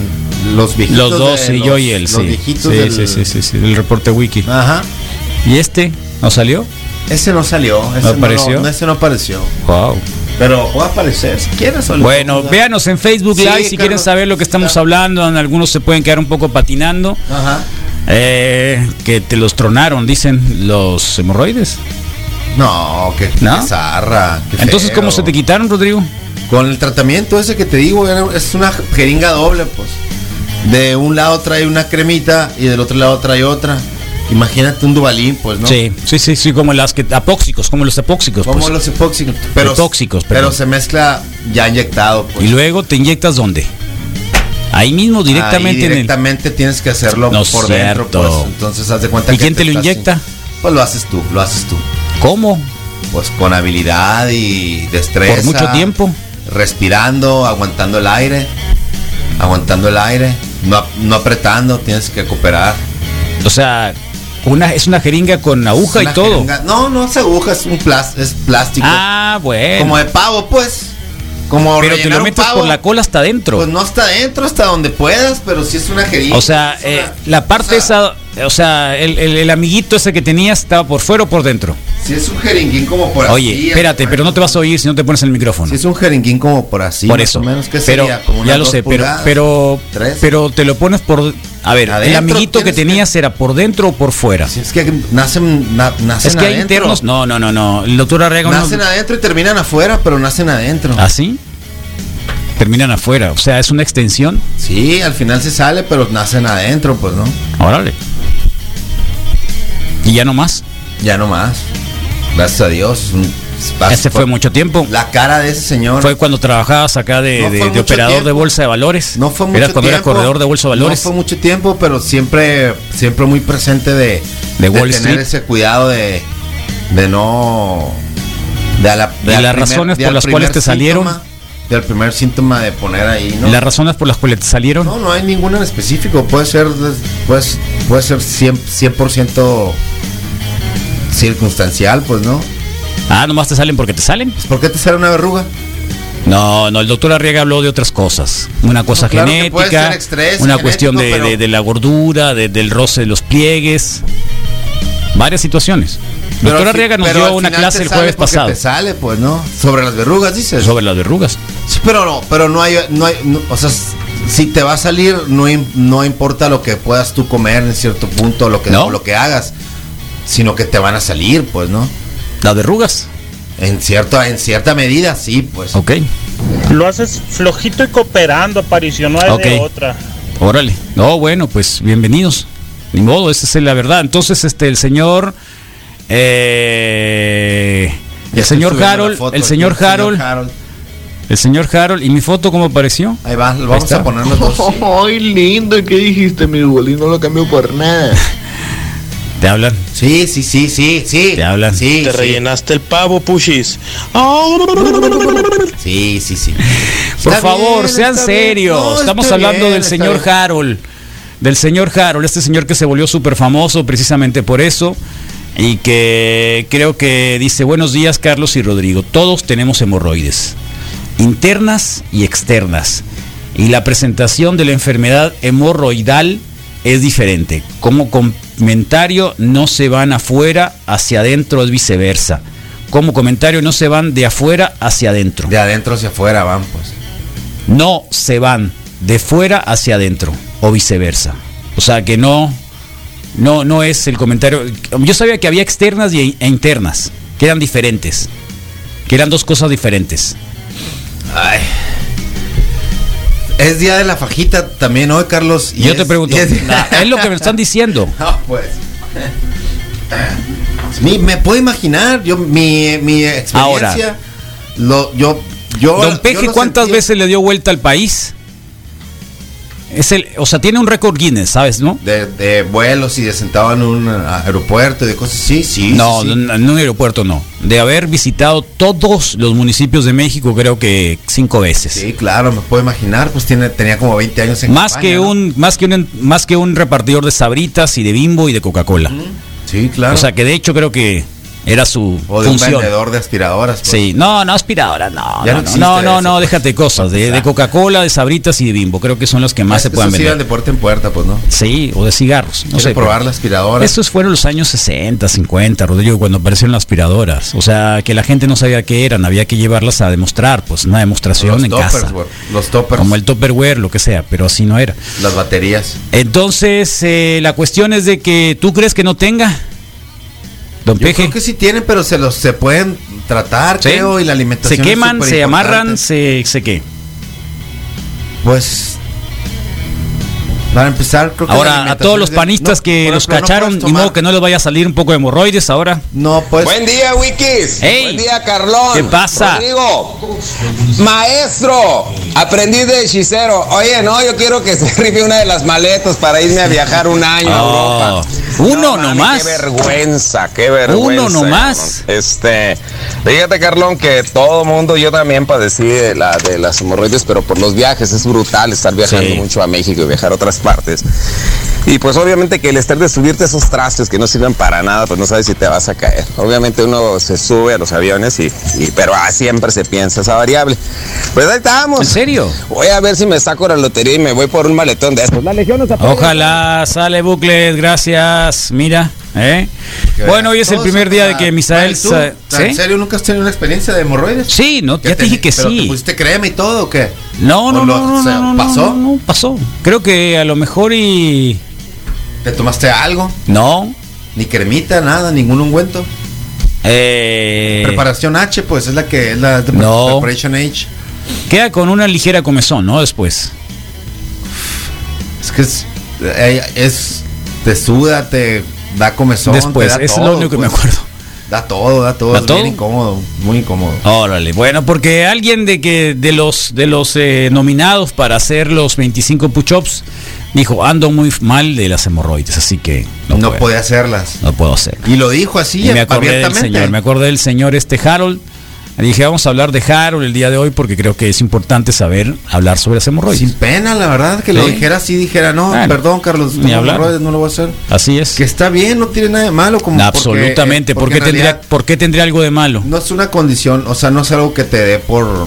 Speaker 3: los viejitos.
Speaker 1: Los dos,
Speaker 3: de
Speaker 1: y
Speaker 3: los-
Speaker 1: yo y él,
Speaker 3: los
Speaker 1: sí. Sí,
Speaker 3: viejitos del-
Speaker 1: sí, sí, sí, sí, el reporte wiki.
Speaker 3: Ajá.
Speaker 1: ¿Y este? ¿No salió?
Speaker 3: Ese no salió. Ese ¿No
Speaker 1: apareció?
Speaker 3: No, ese no apareció.
Speaker 1: Wow.
Speaker 3: Pero puede aparecer si quieres. o lo
Speaker 1: Bueno,
Speaker 3: puedo dar.
Speaker 1: véanos en Facebook
Speaker 3: Sí,
Speaker 1: Live si
Speaker 3: Carlos,
Speaker 1: quieren saber lo que estamos
Speaker 3: está.
Speaker 1: hablando. Algunos se pueden quedar un poco patinando.
Speaker 3: Ajá.
Speaker 1: Eh, que te los tronaron, dicen los hemorroides.
Speaker 3: No, que
Speaker 1: ¿No?
Speaker 3: zarra. qué
Speaker 1: Entonces, ¿cómo
Speaker 3: feo.
Speaker 1: se te quitaron, Rodrigo?
Speaker 3: Con el tratamiento ese que te digo, era- es una jeringa doble, pues. De un lado trae una cremita y del otro lado trae otra. Imagínate un dubalín, pues, ¿no?
Speaker 1: Sí, sí, sí, sí, como las que apóxicos, como los apóxicos.
Speaker 3: Como
Speaker 1: pues.
Speaker 3: los epóxicos. Pero,
Speaker 1: Epóxicos,
Speaker 3: pero,
Speaker 1: perdón.
Speaker 3: se mezcla ya inyectado, pues.
Speaker 1: Y luego te inyectas dónde? Ahí mismo,
Speaker 3: Ahí
Speaker 1: directamente. en el-
Speaker 3: directamente tienes que hacerlo
Speaker 1: No es
Speaker 3: por dentro,
Speaker 1: cierto.
Speaker 3: pues. Entonces haz de cuenta
Speaker 1: ¿Y quién te lo
Speaker 3: estás-
Speaker 1: inyecta?
Speaker 3: Pues lo haces tú, lo haces tú.
Speaker 1: ¿Cómo?
Speaker 3: Pues con habilidad y destreza.
Speaker 1: Por mucho tiempo.
Speaker 3: Respirando, aguantando el aire. Aguantando el aire. No, no apretando, tienes que cooperar.
Speaker 1: O sea, una, es una jeringa con aguja
Speaker 3: Una
Speaker 1: y todo.
Speaker 3: jeringa- No, no es aguja, es un plas- es plástico.
Speaker 1: Ah, bueno.
Speaker 3: como de pavo, pues. Como
Speaker 1: pero te
Speaker 3: rellenar
Speaker 1: lo
Speaker 3: un
Speaker 1: metes
Speaker 3: pavo.
Speaker 1: por la cola hasta adentro.
Speaker 3: Pues no hasta adentro, hasta donde puedas, pero si es una jeringa.
Speaker 1: o sea,
Speaker 3: es
Speaker 1: eh,
Speaker 3: una-
Speaker 1: la parte
Speaker 3: o sea,
Speaker 1: esa, o sea, el, el- el amiguito ese que tenías estaba por fuera o por dentro.
Speaker 3: Si es un jeringuín como por
Speaker 1: Oye, espérate, pero no te vas a oír si no te pones el micrófono.
Speaker 3: Si es un jeringuín como por así.
Speaker 1: por
Speaker 3: más
Speaker 1: eso.
Speaker 3: o menos, ¿qué
Speaker 1: pero
Speaker 3: sería? Como unas
Speaker 1: ya lo
Speaker 3: dos
Speaker 1: sé, pero
Speaker 3: pulgadas.
Speaker 1: pero
Speaker 3: tres.
Speaker 1: pero te lo pones por a ver, el
Speaker 3: Adentro
Speaker 1: amiguito que
Speaker 3: tienes que-
Speaker 1: tenías era por dentro o por fuera.
Speaker 3: Si es que nacen, na- nacen
Speaker 1: es que hay
Speaker 3: adentro.
Speaker 1: internos. No, no, no, no. Ah, El doctor Arrega uno-
Speaker 3: Nacen adentro y terminan afuera, pero nacen adentro.
Speaker 1: así terminan afuera, o sea, es una extensión.
Speaker 3: Sí, al final se sale, pero nacen adentro, pues no.
Speaker 1: Órale. Y ya no más.
Speaker 3: Ya no más. Gracias a Dios. un-
Speaker 1: Ese fue mucho tiempo.
Speaker 3: Ah, La cara de ese señor.
Speaker 1: Fue cuando trabajabas acá de,
Speaker 3: No
Speaker 1: de-
Speaker 3: fue
Speaker 1: de
Speaker 3: mucho
Speaker 1: operador de
Speaker 3: tiempo.
Speaker 1: bolsa de valores.
Speaker 3: No fue mucho
Speaker 1: era cuando
Speaker 3: tiempo.
Speaker 1: era corredor de bolsa de valores.
Speaker 3: No fue mucho tiempo, pero siempre, siempre muy presente de,
Speaker 1: De Wall
Speaker 3: tener
Speaker 1: Street.
Speaker 3: ese cuidado de, de no. De, a la,
Speaker 1: Y
Speaker 3: al
Speaker 1: las razones
Speaker 3: de
Speaker 1: por
Speaker 3: al
Speaker 1: las cuales
Speaker 3: primer
Speaker 1: te salieron.
Speaker 3: síntoma- Del primer síntoma de poner ahí, ¿no?
Speaker 1: Las razones por las cuales te salieron.
Speaker 3: no, no hay ninguna en específico. Puede ser, des- pues, puede ser 100%, 100% circunstancial, pues, ¿no?
Speaker 1: Ah, nomás te salen porque te salen.
Speaker 3: ¿Por qué te sale una verruga?
Speaker 1: No, no, el doctor Arriaga habló de otras cosas. Una cosa
Speaker 3: No, claro que puede
Speaker 1: genética,
Speaker 3: ser estrés,
Speaker 1: una
Speaker 3: genético,
Speaker 1: cuestión de,
Speaker 3: pero-
Speaker 1: de- de la gordura, de- del roce de los pliegues, varias situaciones. El
Speaker 3: Pero
Speaker 1: doctor
Speaker 3: al fi-
Speaker 1: Arriaga nos
Speaker 3: pero al
Speaker 1: dio una
Speaker 3: final
Speaker 1: clase
Speaker 3: te
Speaker 1: el
Speaker 3: sale
Speaker 1: jueves
Speaker 3: porque
Speaker 1: pasado
Speaker 3: Te sale, pues, ¿no? Sobre las verrugas, dices.
Speaker 1: sobre las verrugas.
Speaker 3: Sí, pero no, pero no hay, no hay, no- o sea, si te va a salir, no, im- no importa lo que puedas tú comer en cierto punto, lo que
Speaker 1: ¿No?
Speaker 3: o lo que hagas, sino que te van a salir, pues, ¿no?
Speaker 1: Las verrugas.
Speaker 3: En cierta, en cierta medida, sí, pues.
Speaker 1: Ok,
Speaker 5: Lo haces flojito y cooperando, aparición, no hay de
Speaker 1: Ok.
Speaker 5: otra.
Speaker 1: órale. No, bueno, pues bienvenidos. Ni modo, esa es la verdad. Entonces, este, el señor. eh,
Speaker 3: Ya
Speaker 1: el
Speaker 3: estoy
Speaker 1: señor
Speaker 3: subiendo la
Speaker 1: Harold,
Speaker 3: foto
Speaker 1: el
Speaker 3: aquí,
Speaker 1: señor Harold, el señor Harold, ¿y mi foto cómo apareció?
Speaker 3: Ahí va, lo vamos
Speaker 1: está.
Speaker 3: a poner los dos. sí.
Speaker 6: Ay, lindo, ¿qué dijiste? Mi bolín no lo cambio por nada.
Speaker 1: Te hablan.
Speaker 3: Sí, sí, sí, sí, sí.
Speaker 1: Te hablan.
Speaker 3: Sí,
Speaker 5: Te
Speaker 3: sí,
Speaker 5: rellenaste el pavo, pushis.
Speaker 3: sí, sí, sí.
Speaker 1: Por
Speaker 3: Está
Speaker 1: favor,
Speaker 3: bien,
Speaker 1: sean
Speaker 3: está bien.
Speaker 1: serios.
Speaker 3: No,
Speaker 1: Estamos
Speaker 3: está
Speaker 1: hablando
Speaker 3: bien,
Speaker 1: del
Speaker 3: está
Speaker 1: señor
Speaker 3: bien.
Speaker 1: Harold. Del señor Harold, este señor que se volvió súper famoso precisamente por eso. Y que creo que dice, buenos días Carlos y Rodrigo, todos tenemos hemorroides, internas y externas. Y la presentación de la enfermedad hemorroidal es diferente. Como comentario no se van afuera hacia adentro, es viceversa. Como comentario no se van de afuera hacia adentro.
Speaker 3: De adentro hacia afuera van, pues.
Speaker 1: no se van de fuera hacia adentro o viceversa. O sea que no, No, no es el comentario. Yo sabía que había externas y- e internas, que eran diferentes, que eran dos cosas diferentes.
Speaker 3: Ay. Es día de la fajita también hoy, Carlos. y
Speaker 1: Y yo
Speaker 3: es-
Speaker 1: te pregunto,
Speaker 3: y es-
Speaker 1: na- es lo que me están diciendo.
Speaker 3: No, pues. Ni me puedo imaginar, yo mi, mi experiencia.
Speaker 1: Ahora.
Speaker 3: Lo, yo, yo,
Speaker 1: Don Peje,
Speaker 3: yo lo
Speaker 1: ¿cuántas
Speaker 3: sentí-
Speaker 1: veces le dio vuelta al país? Es el, o sea, tiene un récord Guinness, ¿sabes, no?
Speaker 3: De, de vuelos y de sentado en un a- aeropuerto y de cosas. Sí, sí.
Speaker 1: No,
Speaker 3: sí, sí.
Speaker 1: n- en un aeropuerto no. De haber visitado todos los municipios de México, creo que cinco veces.
Speaker 3: Sí, claro, me puedo imaginar. Pues tiene, tenía como 20 años en
Speaker 1: Más
Speaker 3: España,
Speaker 1: que,
Speaker 3: ¿no?
Speaker 1: un, más, que un, más que un repartidor de sabritas y de bimbo y de Coca-Cola.
Speaker 3: Sí, claro.
Speaker 1: O sea que de hecho creo que era su
Speaker 3: O de un
Speaker 1: función.
Speaker 3: vendedor de aspiradoras. pues.
Speaker 1: Sí, no, no aspiradora, no, no,
Speaker 3: Ya no
Speaker 1: no,
Speaker 3: existe
Speaker 1: no, no,
Speaker 3: eso,
Speaker 1: no,
Speaker 3: pues.
Speaker 1: déjate cosas, de, de Coca-Cola, de sabritas y de bimbo, creo que son las que más
Speaker 3: Es
Speaker 1: se
Speaker 3: que
Speaker 1: pueden
Speaker 3: Ah, eso sí era
Speaker 1: vender.
Speaker 3: de puerta en puerta, pues, ¿no?
Speaker 1: Sí, o de cigarros, no
Speaker 3: Quiero
Speaker 1: sé.
Speaker 3: probar la aspiradora.
Speaker 1: Estos fueron los años 60, 50, Rodrigo, cuando aparecieron las aspiradoras. O sea, que la gente no sabía qué eran, había que llevarlas a demostrar, pues una demostración
Speaker 3: los
Speaker 1: en
Speaker 3: toppers,
Speaker 1: casa.
Speaker 3: güey, Los toppers.
Speaker 1: Como el Tupperware, lo que sea, pero así no era.
Speaker 3: Las baterías.
Speaker 1: Entonces, eh, la cuestión es de que tú crees que no tenga. Don
Speaker 3: Yo
Speaker 1: Peje.
Speaker 3: creo que sí tienen, pero se los se pueden tratar,
Speaker 1: Sí.
Speaker 3: creo, y la alimentación.
Speaker 1: Se
Speaker 3: es
Speaker 1: queman, se
Speaker 3: superimportante.
Speaker 1: amarran, se, se qué.
Speaker 3: Pues. Para empezar, creo que. la
Speaker 1: Ahora, a
Speaker 3: alimentación
Speaker 1: todos los
Speaker 3: es de-
Speaker 1: panistas
Speaker 3: no,
Speaker 1: que
Speaker 3: por
Speaker 1: los
Speaker 3: ejemplo, no
Speaker 1: cacharon,
Speaker 3: puedes
Speaker 1: ni
Speaker 3: tomar-
Speaker 1: modo que no les vaya a salir un poco de hemorroides ahora.
Speaker 3: No, pues.
Speaker 7: Buen día, Wikis.
Speaker 1: Ey.
Speaker 7: Buen día, Carlón.
Speaker 1: Eh, ¿Qué pasa?
Speaker 7: Rodrigo. Maestro, aprendiz de hechicero. Oye, no, yo quiero que se rife una de las maletas para irme a viajar un año a
Speaker 1: Oh,
Speaker 7: Europa.
Speaker 1: uno
Speaker 7: mami,
Speaker 1: nomás.
Speaker 7: Qué vergüenza, qué vergüenza.
Speaker 1: Uno nomás.
Speaker 7: cabrón. Este, fíjate, Carlón, que todo mundo, yo también padecí de, la, de las hemorroides, pero por los viajes es brutal estar viajando
Speaker 1: Sí.
Speaker 7: mucho a México y viajar a otras partes. Y pues obviamente que el estar de subirte a esos trastes que no sirven para nada, pues no sabes si te vas a caer. Obviamente uno se sube a los aviones y, y- pero ah, siempre se piensa esa variable. Pues ahí estamos.
Speaker 1: ¿En serio?
Speaker 7: Voy a ver si me saco la lotería y me voy por un maletón de esos. La legión nos apoya.
Speaker 1: Ojalá sale bucles, gracias. Mira, ¿eh? Bueno, hoy es el
Speaker 3: Todos
Speaker 1: primer
Speaker 3: son-
Speaker 1: día de que
Speaker 3: Ah,
Speaker 1: Misael.
Speaker 3: ¿tú?
Speaker 1: sa-
Speaker 3: ¿En
Speaker 1: ¿Sí?
Speaker 3: serio nunca has tenido una experiencia de hemorroides?
Speaker 1: Sí, no,
Speaker 3: ¿Qué
Speaker 1: ya te dije que
Speaker 3: pero ¿Te
Speaker 1: sí.
Speaker 3: pusiste crema y todo o qué?
Speaker 1: No,
Speaker 3: ¿O
Speaker 1: no,
Speaker 3: lo-
Speaker 1: no, no,
Speaker 3: o sea,
Speaker 1: no, no,
Speaker 3: ¿Pasó?
Speaker 1: no, no, pasó. Creo que a lo mejor y
Speaker 3: ¿Te tomaste algo?
Speaker 1: no.
Speaker 3: Ni cremita, nada, ningún ungüento.
Speaker 1: Eh,
Speaker 3: Preparación H, pues es la que es la de
Speaker 1: No.
Speaker 3: Preparation H.
Speaker 1: queda con una ligera comezón, ¿no? Después.
Speaker 3: Es que es, eh, es- te suda, te da comezón,
Speaker 1: Después,
Speaker 3: te da
Speaker 1: es
Speaker 3: todo,
Speaker 1: lo único que me
Speaker 3: pues.
Speaker 1: acuerdo.
Speaker 3: Da todo, da todo,
Speaker 1: ¿Da
Speaker 3: es
Speaker 1: todo? Ah,
Speaker 3: bien incómodo, muy incómodo.
Speaker 1: Órale, bueno, porque alguien de que de los de los eh, nominados para hacer los 25 push-ups dijo ando muy mal de las hemorroides, así que no,
Speaker 3: No,
Speaker 1: puedo,
Speaker 3: podía hacerlas.
Speaker 1: no puedo hacer.
Speaker 3: Y lo dijo así
Speaker 1: Y me acordé del
Speaker 3: abiertamente.
Speaker 1: señor, me acordé del señor este Harold. Le dije vamos a hablar de Harold el día de hoy porque creo que es importante saber hablar sobre las
Speaker 3: Sin
Speaker 1: hemorroides.
Speaker 3: pena, la verdad, que lo
Speaker 1: Sí.
Speaker 3: dijera así, dijera, no,
Speaker 1: Bueno,
Speaker 3: perdón, Carlos,
Speaker 1: ni
Speaker 3: tengo
Speaker 1: hablar.
Speaker 3: hemorroides, no lo voy a hacer.
Speaker 1: Así es.
Speaker 3: Que está bien, no tiene nada de malo. Como porque-
Speaker 1: Absolutamente. ¿Por qué
Speaker 3: porque en
Speaker 1: tendría,
Speaker 3: realidad
Speaker 1: por qué tendría algo de malo?
Speaker 3: No es una condición, o sea, no es algo que te dé por.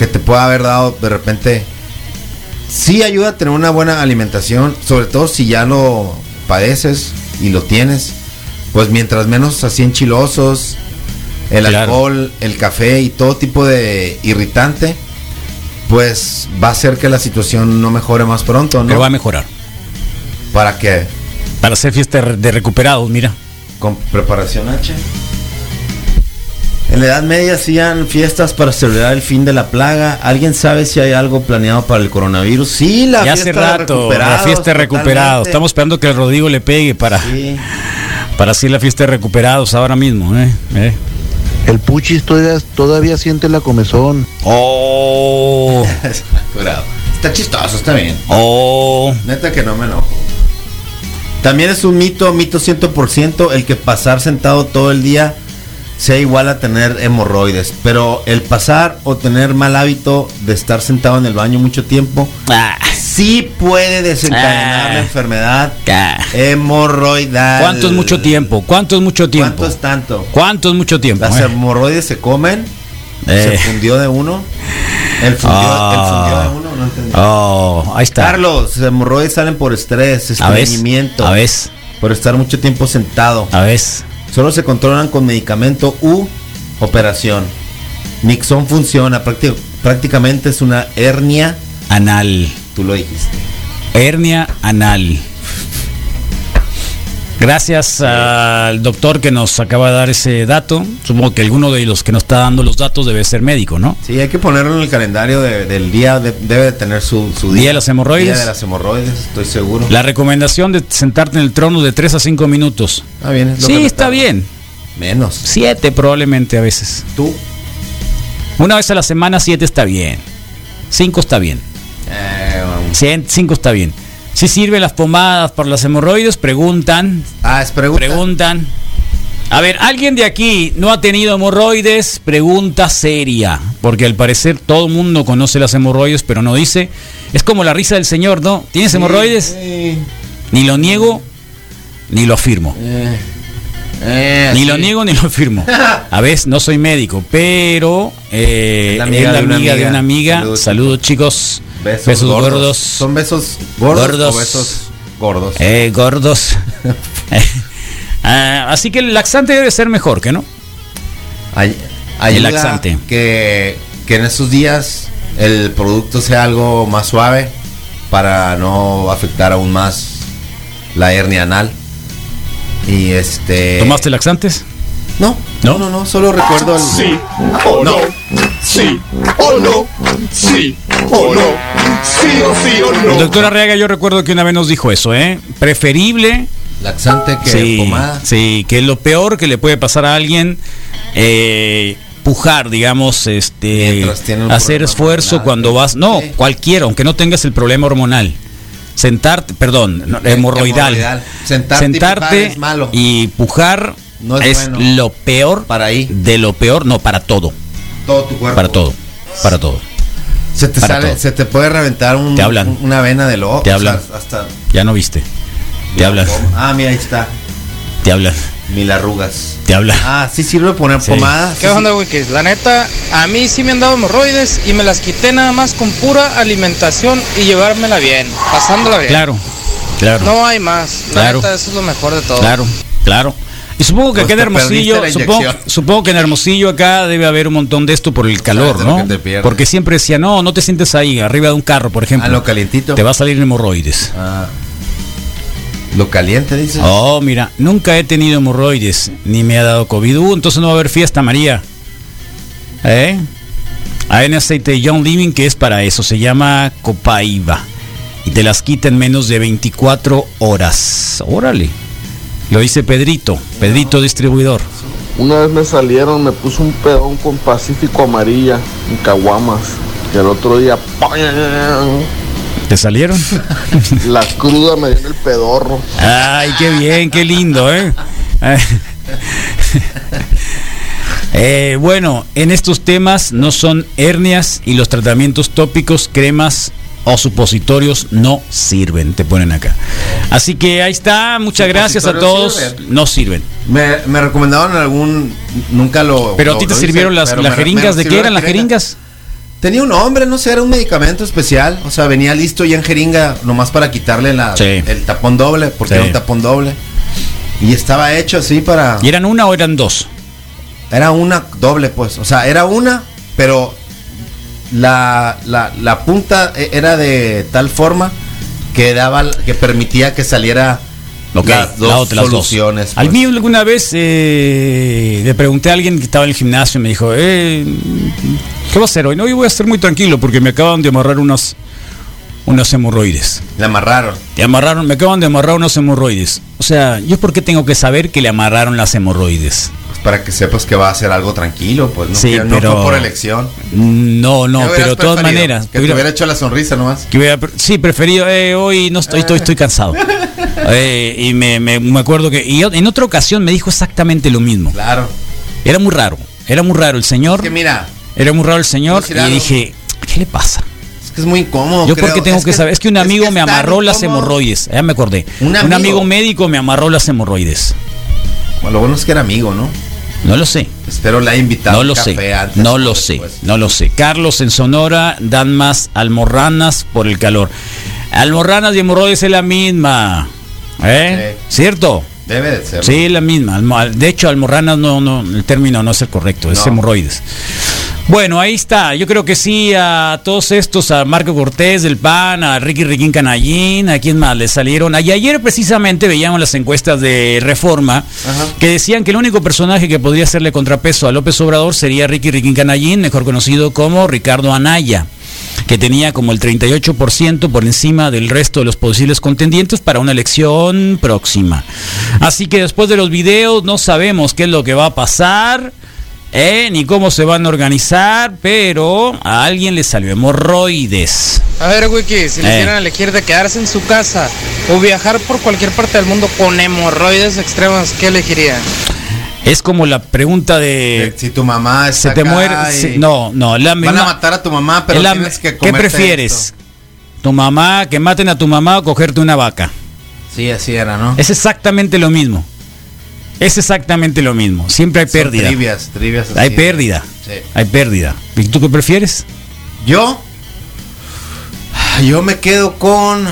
Speaker 3: que te pueda haber dado de repente. Sí ayuda a tener una buena alimentación, sobre todo si ya lo padeces y lo tienes. Pues mientras menos así enchilosos, el
Speaker 1: Claro.
Speaker 3: alcohol, el café y todo tipo de irritante, pues va a hacer que la situación no mejore más pronto,
Speaker 1: Pero
Speaker 3: ¿no?
Speaker 1: va a mejorar.
Speaker 3: Para que
Speaker 1: Para hacer fiesta de recuperados, mira.
Speaker 3: con preparación H. En la Edad Media hacían fiestas para celebrar el fin de la plaga. ¿Alguien sabe si hay algo planeado para el coronavirus? Sí, la
Speaker 1: ya
Speaker 3: fiesta
Speaker 1: hace rato, la fiesta de recuperados. Estamos esperando que el Rodrigo le pegue para,
Speaker 3: Sí.
Speaker 1: para hacer la fiesta de recuperados ahora mismo. ¿eh? ¿eh?
Speaker 8: El Puchis todavía, todavía siente la comezón.
Speaker 1: Oh,
Speaker 3: Curado. Está chistoso, está bien.
Speaker 1: oh.
Speaker 3: Neta que no me enojo. También es un mito, mito 100%, el que pasar sentado todo el día sea igual a tener hemorroides. Pero el pasar o tener mal hábito de estar sentado en el baño mucho tiempo
Speaker 1: Ah,
Speaker 3: sí puede desencadenar
Speaker 1: Ah.
Speaker 3: la enfermedad
Speaker 1: ah.
Speaker 3: hemorroidal.
Speaker 1: ¿Cuánto es mucho tiempo? ¿Cuánto es mucho tiempo?
Speaker 3: ¿Cuánto es tanto?
Speaker 1: ¿Cuánto es mucho tiempo?
Speaker 3: Las
Speaker 1: eh?
Speaker 3: hemorroides se comen.
Speaker 1: Eh.
Speaker 3: Se fundió de uno. El fundió,
Speaker 1: Ah.
Speaker 3: el fundió de uno, no entendí.
Speaker 1: Oh, ahí está.
Speaker 3: Carlos, las hemorroides salen por estrés,
Speaker 1: a ver,
Speaker 3: estreñimiento,
Speaker 1: a ver,
Speaker 3: por estar mucho tiempo sentado.
Speaker 1: a ver.
Speaker 3: Solo se controlan con medicamento u operación. Nixon funciona, prácti- prácticamente es una hernia,
Speaker 1: Anal.
Speaker 3: tú lo dijiste.
Speaker 1: Hernia anal. Gracias al doctor que nos acaba de dar ese dato. Supongo que alguno de los que nos está dando los datos debe ser médico, ¿no?
Speaker 3: Sí, hay que ponerlo en el calendario de- del día, de- debe de tener su, su
Speaker 1: Día de las hemorroides.
Speaker 3: Día de las hemorroides, estoy seguro.
Speaker 1: La recomendación de sentarte en el trono de 3 a 5 minutos.
Speaker 3: Está Ah, bien, es lo que
Speaker 1: Sí,
Speaker 3: me
Speaker 1: está
Speaker 3: tarda.
Speaker 1: bien.
Speaker 3: Menos.
Speaker 1: Siete probablemente a veces.
Speaker 3: ¿Tú?
Speaker 1: Una vez a la semana, siete está bien. Cinco está bien.
Speaker 3: Eh, vamos.
Speaker 1: Cien- Cinco está bien. Si sirven las pomadas para las hemorroides, preguntan.
Speaker 3: Ah, es pregunta.
Speaker 1: Preguntan. A ver, ¿alguien de aquí no ha tenido hemorroides? Pregunta seria. Porque al parecer todo el mundo conoce las hemorroides, pero no dice. Es como la risa del señor, ¿no? ¿Tienes
Speaker 3: Sí,
Speaker 1: hemorroides?
Speaker 3: sí.
Speaker 1: Ni lo niego, ni lo afirmo.
Speaker 3: Eh, eh,
Speaker 1: Ni
Speaker 3: sí.
Speaker 1: lo niego ni lo firmo. A vever, no soy médico, pero eh, es la amiga, de, una amiga. Saludos,
Speaker 3: Saludos,
Speaker 1: chicos.
Speaker 3: Besos,
Speaker 1: Besos,
Speaker 3: gordos.
Speaker 1: gordos.
Speaker 3: ¿Son besos gordos,
Speaker 1: Gordos.
Speaker 3: o besos gordos?
Speaker 1: Eh, gordos. Eh, Ah, así que el laxante debe ser mejor, ¿que no?
Speaker 3: Ay- ayuda
Speaker 1: El laxante.
Speaker 3: Que, que en estos días el producto sea algo más suave para no afectar aún más la hernia anal. Y este.
Speaker 1: ¿Tomaste laxantes?
Speaker 3: No, no,
Speaker 1: ¿No?
Speaker 3: no, no, solo recuerdo el. Sí,
Speaker 6: o
Speaker 3: no.
Speaker 6: Sí o no, sí o no, sí o sí o
Speaker 1: El doctor Arriaga, yo recuerdo que una vez nos dijo eso, ¿eh? Preferible
Speaker 3: Laxante que
Speaker 1: sí,
Speaker 3: pomada.
Speaker 1: Sí, que lo peor que le puede pasar a alguien, eh, pujar, digamos, este,
Speaker 3: Mientras tiene un
Speaker 1: hacer
Speaker 3: problema
Speaker 1: esfuerzo
Speaker 3: hormonal,
Speaker 1: cuando
Speaker 3: ¿no?
Speaker 1: vas, no,
Speaker 3: Sí.
Speaker 1: cualquiera, aunque no tengas el problema hormonal. Sentarte, perdón, no,
Speaker 3: Eh,
Speaker 1: hemorroidal.
Speaker 3: hemorroidal. Sentarte y pujar es malo.
Speaker 1: y pujar
Speaker 3: No es
Speaker 1: es,
Speaker 3: bueno.
Speaker 1: lo peor
Speaker 3: Para ahí.
Speaker 1: de lo peor, no, para todo,
Speaker 3: Todo tu cuerpo.
Speaker 1: para todo, para todo.
Speaker 3: Se te
Speaker 1: Para
Speaker 3: sale,
Speaker 1: todo.
Speaker 3: se te puede reventar un-
Speaker 1: Te hablan.
Speaker 3: un- una vena del ojo.
Speaker 1: Te
Speaker 3: o
Speaker 1: hablan.
Speaker 3: sea, hasta
Speaker 1: Ya no viste. Te hablan,
Speaker 3: Ah, mira, ahí está.
Speaker 1: te hablan,
Speaker 3: Mil arrugas.
Speaker 1: te hablan.
Speaker 3: Ah, sí sirve poner
Speaker 1: Sí.
Speaker 3: pomada.
Speaker 9: ¿Qué
Speaker 3: Sí,
Speaker 9: onda, Wikis? La neta, a mí sí me han dado hemorroides y me las quité nada más con pura alimentación y llevármela bien, pasándola bien.
Speaker 1: Claro, claro.
Speaker 9: No hay más. La
Speaker 1: Claro.
Speaker 9: neta, eso es lo mejor de todo.
Speaker 1: Claro, claro. Y supongo que
Speaker 3: Pues
Speaker 1: acá en
Speaker 3: te perdiste
Speaker 1: Hermosillo,
Speaker 3: la
Speaker 1: supongo,
Speaker 3: inyección.
Speaker 1: supongo que en Hermosillo acá debe haber un montón de esto por el
Speaker 3: de
Speaker 1: calor,
Speaker 3: lo
Speaker 1: ¿no?
Speaker 3: que te pierdes.
Speaker 1: Porque siempre decía, no, no te sientes ahí, arriba de un carro, por
Speaker 3: sí. Ah,
Speaker 1: ejemplo.
Speaker 3: lo calientito.
Speaker 1: Te va a salir hemorroides.
Speaker 3: Ah. Lo caliente, dice.
Speaker 1: Oh, mira, nunca he tenido hemorroides, ni me ha dado COVID. Uh, entonces no va a haber fiesta, María. ¿Eh? Hay un aceite de Young Living que es para eso, se llama Copaiba. Y te las quita en menos de 24 horas. Órale. Lo dice Pedrito, Pedrito Distribuidor.
Speaker 8: Una vez me salieron, me puso un pedón con Pacífico Amarilla en Caguamas. Y al otro día, ¡pam!
Speaker 1: ¿Te salieron?
Speaker 8: la cruda me dio en el pedorro.
Speaker 1: Ay, qué bien, qué lindo, ¿eh? Eh, Eh, bueno, en estos temas no son hernias y los tratamientos tópicos, cremas o supositorios no sirven, te ponen acá. Así que ahí está, muchas gracias a todos.
Speaker 3: ¿Supositorios sirven?
Speaker 1: No sirven.
Speaker 3: Me, me recomendaron algún. Nunca lo.
Speaker 1: Pero a
Speaker 3: lo-
Speaker 1: ti te
Speaker 3: lo hice,
Speaker 1: sirvieron las,
Speaker 3: pero
Speaker 1: las
Speaker 3: me-
Speaker 1: jeringas.
Speaker 3: me
Speaker 1: ¿De qué
Speaker 3: sirvió la
Speaker 1: eran las
Speaker 3: jeringa.
Speaker 1: jeringas?
Speaker 3: Tenía un hombre, no sé, era un medicamento especial. O sea, venía listo ya en jeringa, nomás para quitarle la,
Speaker 1: Sí.
Speaker 3: el tapón doble,
Speaker 1: Sí.
Speaker 3: porque era un tapón doble. Y estaba hecho así para.
Speaker 1: ¿Y eran una o eran dos?
Speaker 3: Era una doble, pues. O sea, era una, pero la, la, la punta e- era de tal forma que daba, que permitía que saliera
Speaker 1: Ok,
Speaker 3: las dos
Speaker 1: la otra, las dos.
Speaker 3: soluciones.
Speaker 1: Al
Speaker 3: pues.
Speaker 1: mío alguna vez eh, le pregunté a alguien que estaba en el gimnasio y me dijo, eh, ¿qué va a hacer hoy? No, hoy voy a estar muy tranquilo porque me acaban de amarrar unas, unas hemorroides.
Speaker 3: Le amarraron.
Speaker 1: Te amarraron, me acaban de amarrar unos hemorroides. O sea, ¿yo por qué tengo que saber que le amarraron las hemorroides?
Speaker 3: Pues, para que sepas que va a ser algo tranquilo, pues. No,
Speaker 1: Sí,
Speaker 3: Que no
Speaker 1: pero-
Speaker 3: fue por elección.
Speaker 1: No, no,
Speaker 3: ¿Qué hubieras
Speaker 1: pero de todas
Speaker 3: preferido?
Speaker 1: maneras.
Speaker 3: Que te hubiera hecho la sonrisa nomás.
Speaker 1: Que hubiera pre- sí, preferido, eh, hoy no estoy, estoy, estoy cansado. Eh, y me, me- me acuerdo que, y en otra ocasión me dijo exactamente lo mismo.
Speaker 3: Claro.
Speaker 1: Era muy raro, era muy raro el señor.
Speaker 3: Es que mira,
Speaker 1: Era muy raro el señor
Speaker 3: Pues,
Speaker 1: y
Speaker 3: claro.
Speaker 1: dije, ¿qué le pasa?
Speaker 3: es que es muy incómodo.
Speaker 1: Yo
Speaker 3: creo.
Speaker 1: porque tengo que, saber, es que un amigo me
Speaker 3: es tan
Speaker 1: amarró las
Speaker 3: incómodo.
Speaker 1: hemorroides, ya me acordé.
Speaker 3: Un
Speaker 1: Un
Speaker 3: amigo.
Speaker 1: amigo, médico me amarró las hemorroides.
Speaker 3: Bueno, lo bueno es que era amigo, ¿no?
Speaker 1: No lo sé.
Speaker 3: Espero la haya invitado.
Speaker 1: No
Speaker 3: a un
Speaker 1: lo
Speaker 3: café
Speaker 1: sé,
Speaker 3: antes Pues, o
Speaker 1: no lo sé,
Speaker 3: después.
Speaker 1: no lo sé. Carlos en Sonora dan más almorranas por el calor. Almorranas y hemorroides es la misma. ¿Eh? ¿Cierto?
Speaker 3: Debe de ser.
Speaker 1: Sí, la misma. Almo- De hecho, almorranas no, no, el término no es el correcto, es
Speaker 3: No.
Speaker 1: hemorroides. Bueno, ahí está. Yo creo que sí a todos estos, a Marco Cortés del PAN, a Ricky Riquín Canallín, a quién más le salieron. Y ayer precisamente veíamos las encuestas de Reforma que decían que el único personaje que podría hacerle contrapeso a López Obrador sería Ricky Riquín Canallín, mejor conocido como Ricardo Anaya que tenía como el 38% por encima del resto de los posibles contendientes para una elección próxima. Así que después de los videos no sabemos qué es lo que va a pasar. ¿eh? ni cómo se van a organizar, pero a alguien le salió hemorroides.
Speaker 9: A ver, Wiki, si le
Speaker 1: Eh.
Speaker 9: hicieran elegir de quedarse en su casa o viajar por cualquier parte del mundo con hemorroides extremas, ¿qué elegiría?
Speaker 1: Es como la pregunta de...
Speaker 3: Si tu mamá
Speaker 1: eh, se
Speaker 3: está
Speaker 1: te
Speaker 3: acá
Speaker 1: muere...
Speaker 3: y
Speaker 1: se- no, no, la
Speaker 3: Van a
Speaker 1: misma-
Speaker 3: matar a tu mamá, pero
Speaker 1: es la-
Speaker 3: tienes que
Speaker 1: ¿Qué
Speaker 3: comerte
Speaker 1: prefieres?
Speaker 3: esto.
Speaker 1: ¿Tu mamá, que maten a tu mamá o cogerte una vaca?
Speaker 3: Sí, así era, ¿no?
Speaker 1: Es exactamente lo mismo. Es exactamente lo mismo. Siempre hay
Speaker 3: Son
Speaker 1: pérdida.
Speaker 3: Trivias, trivias. así.
Speaker 1: Hay pérdida.
Speaker 3: Sí.
Speaker 1: Hay pérdida. ¿Y tú qué prefieres?
Speaker 3: Yo, yo me quedo con.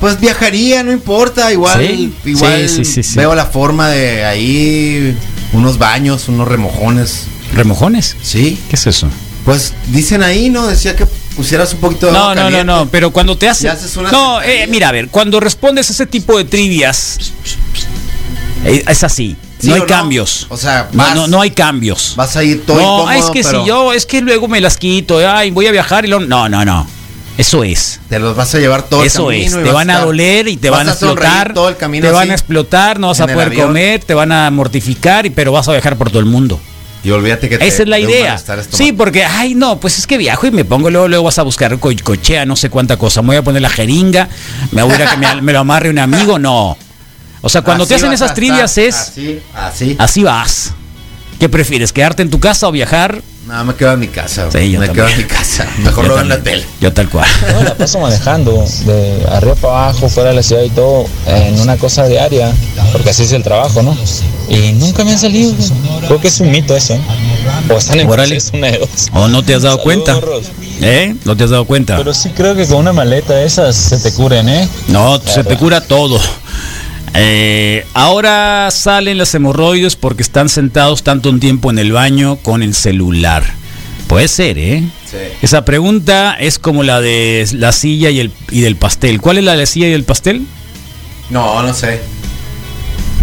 Speaker 3: Pues viajaría, no importa. Igual,
Speaker 1: Sí,
Speaker 3: igual
Speaker 1: sí, sí, sí, sí.
Speaker 3: veo la forma de ahí unos baños, unos remojones.
Speaker 1: ¿Remojones?
Speaker 3: Sí.
Speaker 1: ¿Qué es eso?
Speaker 3: Pues dicen ahí, ¿no? Decía que pusieras un poquito de
Speaker 1: No,
Speaker 3: agua
Speaker 1: no, no,
Speaker 3: caliente.
Speaker 1: no. Pero cuando te haces.
Speaker 3: Y haces una
Speaker 1: no, eh, mira, a ver, cuando respondes a ese tipo de trivias. eh, Es así.
Speaker 3: ¿Sí
Speaker 1: no hay
Speaker 3: o no?
Speaker 1: cambios.
Speaker 3: O sea,
Speaker 1: No,
Speaker 3: vas,
Speaker 1: no, no hay cambios.
Speaker 3: vas a ir todo
Speaker 1: no,
Speaker 3: incómodo,
Speaker 1: es que
Speaker 3: pero
Speaker 1: si yo, es que luego me las quito. Ay, voy a viajar y lo. No, no, no. Eso es.
Speaker 3: Te los vas a llevar todo el
Speaker 1: Eso
Speaker 3: camino.
Speaker 1: es,
Speaker 3: y
Speaker 1: te
Speaker 3: vas
Speaker 1: van a
Speaker 3: estar-
Speaker 1: doler y te
Speaker 3: vas
Speaker 1: van a
Speaker 3: sonreír
Speaker 1: explotar,
Speaker 3: todo el camino
Speaker 1: te van
Speaker 3: así.
Speaker 1: a explotar, no vas a
Speaker 3: en el
Speaker 1: poder
Speaker 3: avión.
Speaker 1: comer, te van a mortificar, y pero vas a viajar por todo el mundo.
Speaker 3: Y olvídate que te-
Speaker 1: Esa es la
Speaker 3: de un
Speaker 1: idea.
Speaker 3: malestar estomacal.
Speaker 1: Sí, porque, ay, no, pues es que viajo y me pongo, luego, luego vas a buscar co- cochea, no sé cuánta cosa. Me voy a poner la jeringa, me voy a ir a que me, me lo amarre un amigo, no. O sea, cuando te
Speaker 3: Así
Speaker 1: hacen
Speaker 3: vas a
Speaker 1: esas trivias
Speaker 3: estar,
Speaker 1: es,
Speaker 3: Así, así.
Speaker 1: así vas. ¿Qué prefieres, quedarte en tu casa o viajar?
Speaker 3: No, me quedo en mi casa.
Speaker 1: Sí, yo
Speaker 3: me
Speaker 1: también.
Speaker 3: quedo en mi casa. Mejor
Speaker 1: Yo
Speaker 3: lo veo en la
Speaker 1: también.
Speaker 3: tele.
Speaker 1: Yo tal cual.
Speaker 10: No, la paso manejando, de arriba para abajo, fuera de la ciudad y todo, en una cosa diaria, porque así es el trabajo, ¿no? Y nunca me han salido, güey. creo que es un mito eso, ¿eh? O están en
Speaker 1: Órale.
Speaker 10: proceso, una de dos.
Speaker 1: ¿O no te has dado
Speaker 10: Saludos,
Speaker 1: cuenta?
Speaker 10: morros.
Speaker 1: ¿Eh? ¿No te has dado cuenta?
Speaker 10: Pero sí creo que con una maleta de esas se te curen, ¿eh?
Speaker 1: No, se
Speaker 10: verdad.
Speaker 1: te cura todo. Eh, ahora salen las hemorroides porque están sentados tanto un tiempo en el baño con el celular. Puede ser, ¿eh?
Speaker 3: Sí.
Speaker 1: Esa pregunta es como la de la silla y, el, y del pastel. ¿Cuál es la de la silla y el pastel?
Speaker 3: No, no sé.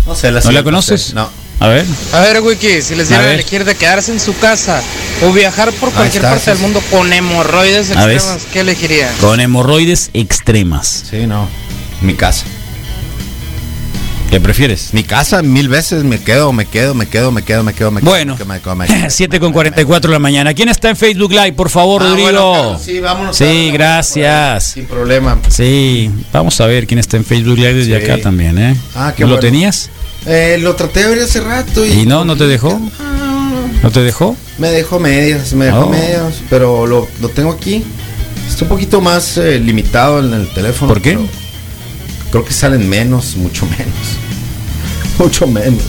Speaker 3: No sé,
Speaker 1: ¿No la
Speaker 3: siguiente,
Speaker 1: conoces?
Speaker 3: No.
Speaker 1: A ver.
Speaker 9: A ver, Wiki, si les dieran
Speaker 1: A
Speaker 9: a
Speaker 1: ver.
Speaker 9: elegir de quedarse en su casa o viajar por
Speaker 3: Ahí
Speaker 9: cualquier
Speaker 3: está,
Speaker 9: parte
Speaker 3: sí,
Speaker 9: del
Speaker 3: sí.
Speaker 9: mundo con hemorroides
Speaker 1: A ver.
Speaker 9: extremas, ¿qué elegiría?
Speaker 1: Con hemorroides extremas.
Speaker 3: Sí, no. Mi casa.
Speaker 1: ¿Qué prefieres?
Speaker 3: Mi casa mil veces me quedo, me quedo, me quedo, me quedo, me quedo, me quedo.
Speaker 1: Bueno.
Speaker 3: me quedo, me quedo, me quedo.
Speaker 1: 7 con 44 de la mañana. ¿Quién está en Facebook Live? Por favor,
Speaker 3: Ah,
Speaker 1: Rodrigo.
Speaker 3: bueno, Carlos, sí, vámonos. a
Speaker 1: Sí,
Speaker 3: darle la vuelta por ahí,
Speaker 1: gracias.
Speaker 3: Sin problema.
Speaker 1: Sí, vamos a ver quién está en Facebook Live desde
Speaker 3: Sí.
Speaker 1: acá también, ¿eh?
Speaker 3: Ah, qué
Speaker 1: ¿No lo
Speaker 3: bueno.
Speaker 1: tenías?
Speaker 3: Eh, lo traté de ver hace rato y,
Speaker 1: ¿Y no? ¿No te dejó? ¿No te dejó?
Speaker 3: me dejó medias, me dejó
Speaker 1: Oh.
Speaker 3: medias, pero lo, lo tengo aquí. Está un poquito más eh, limitado en el teléfono.
Speaker 1: ¿Por qué?
Speaker 3: pero Creo que salen menos, mucho menos. Mucho menos.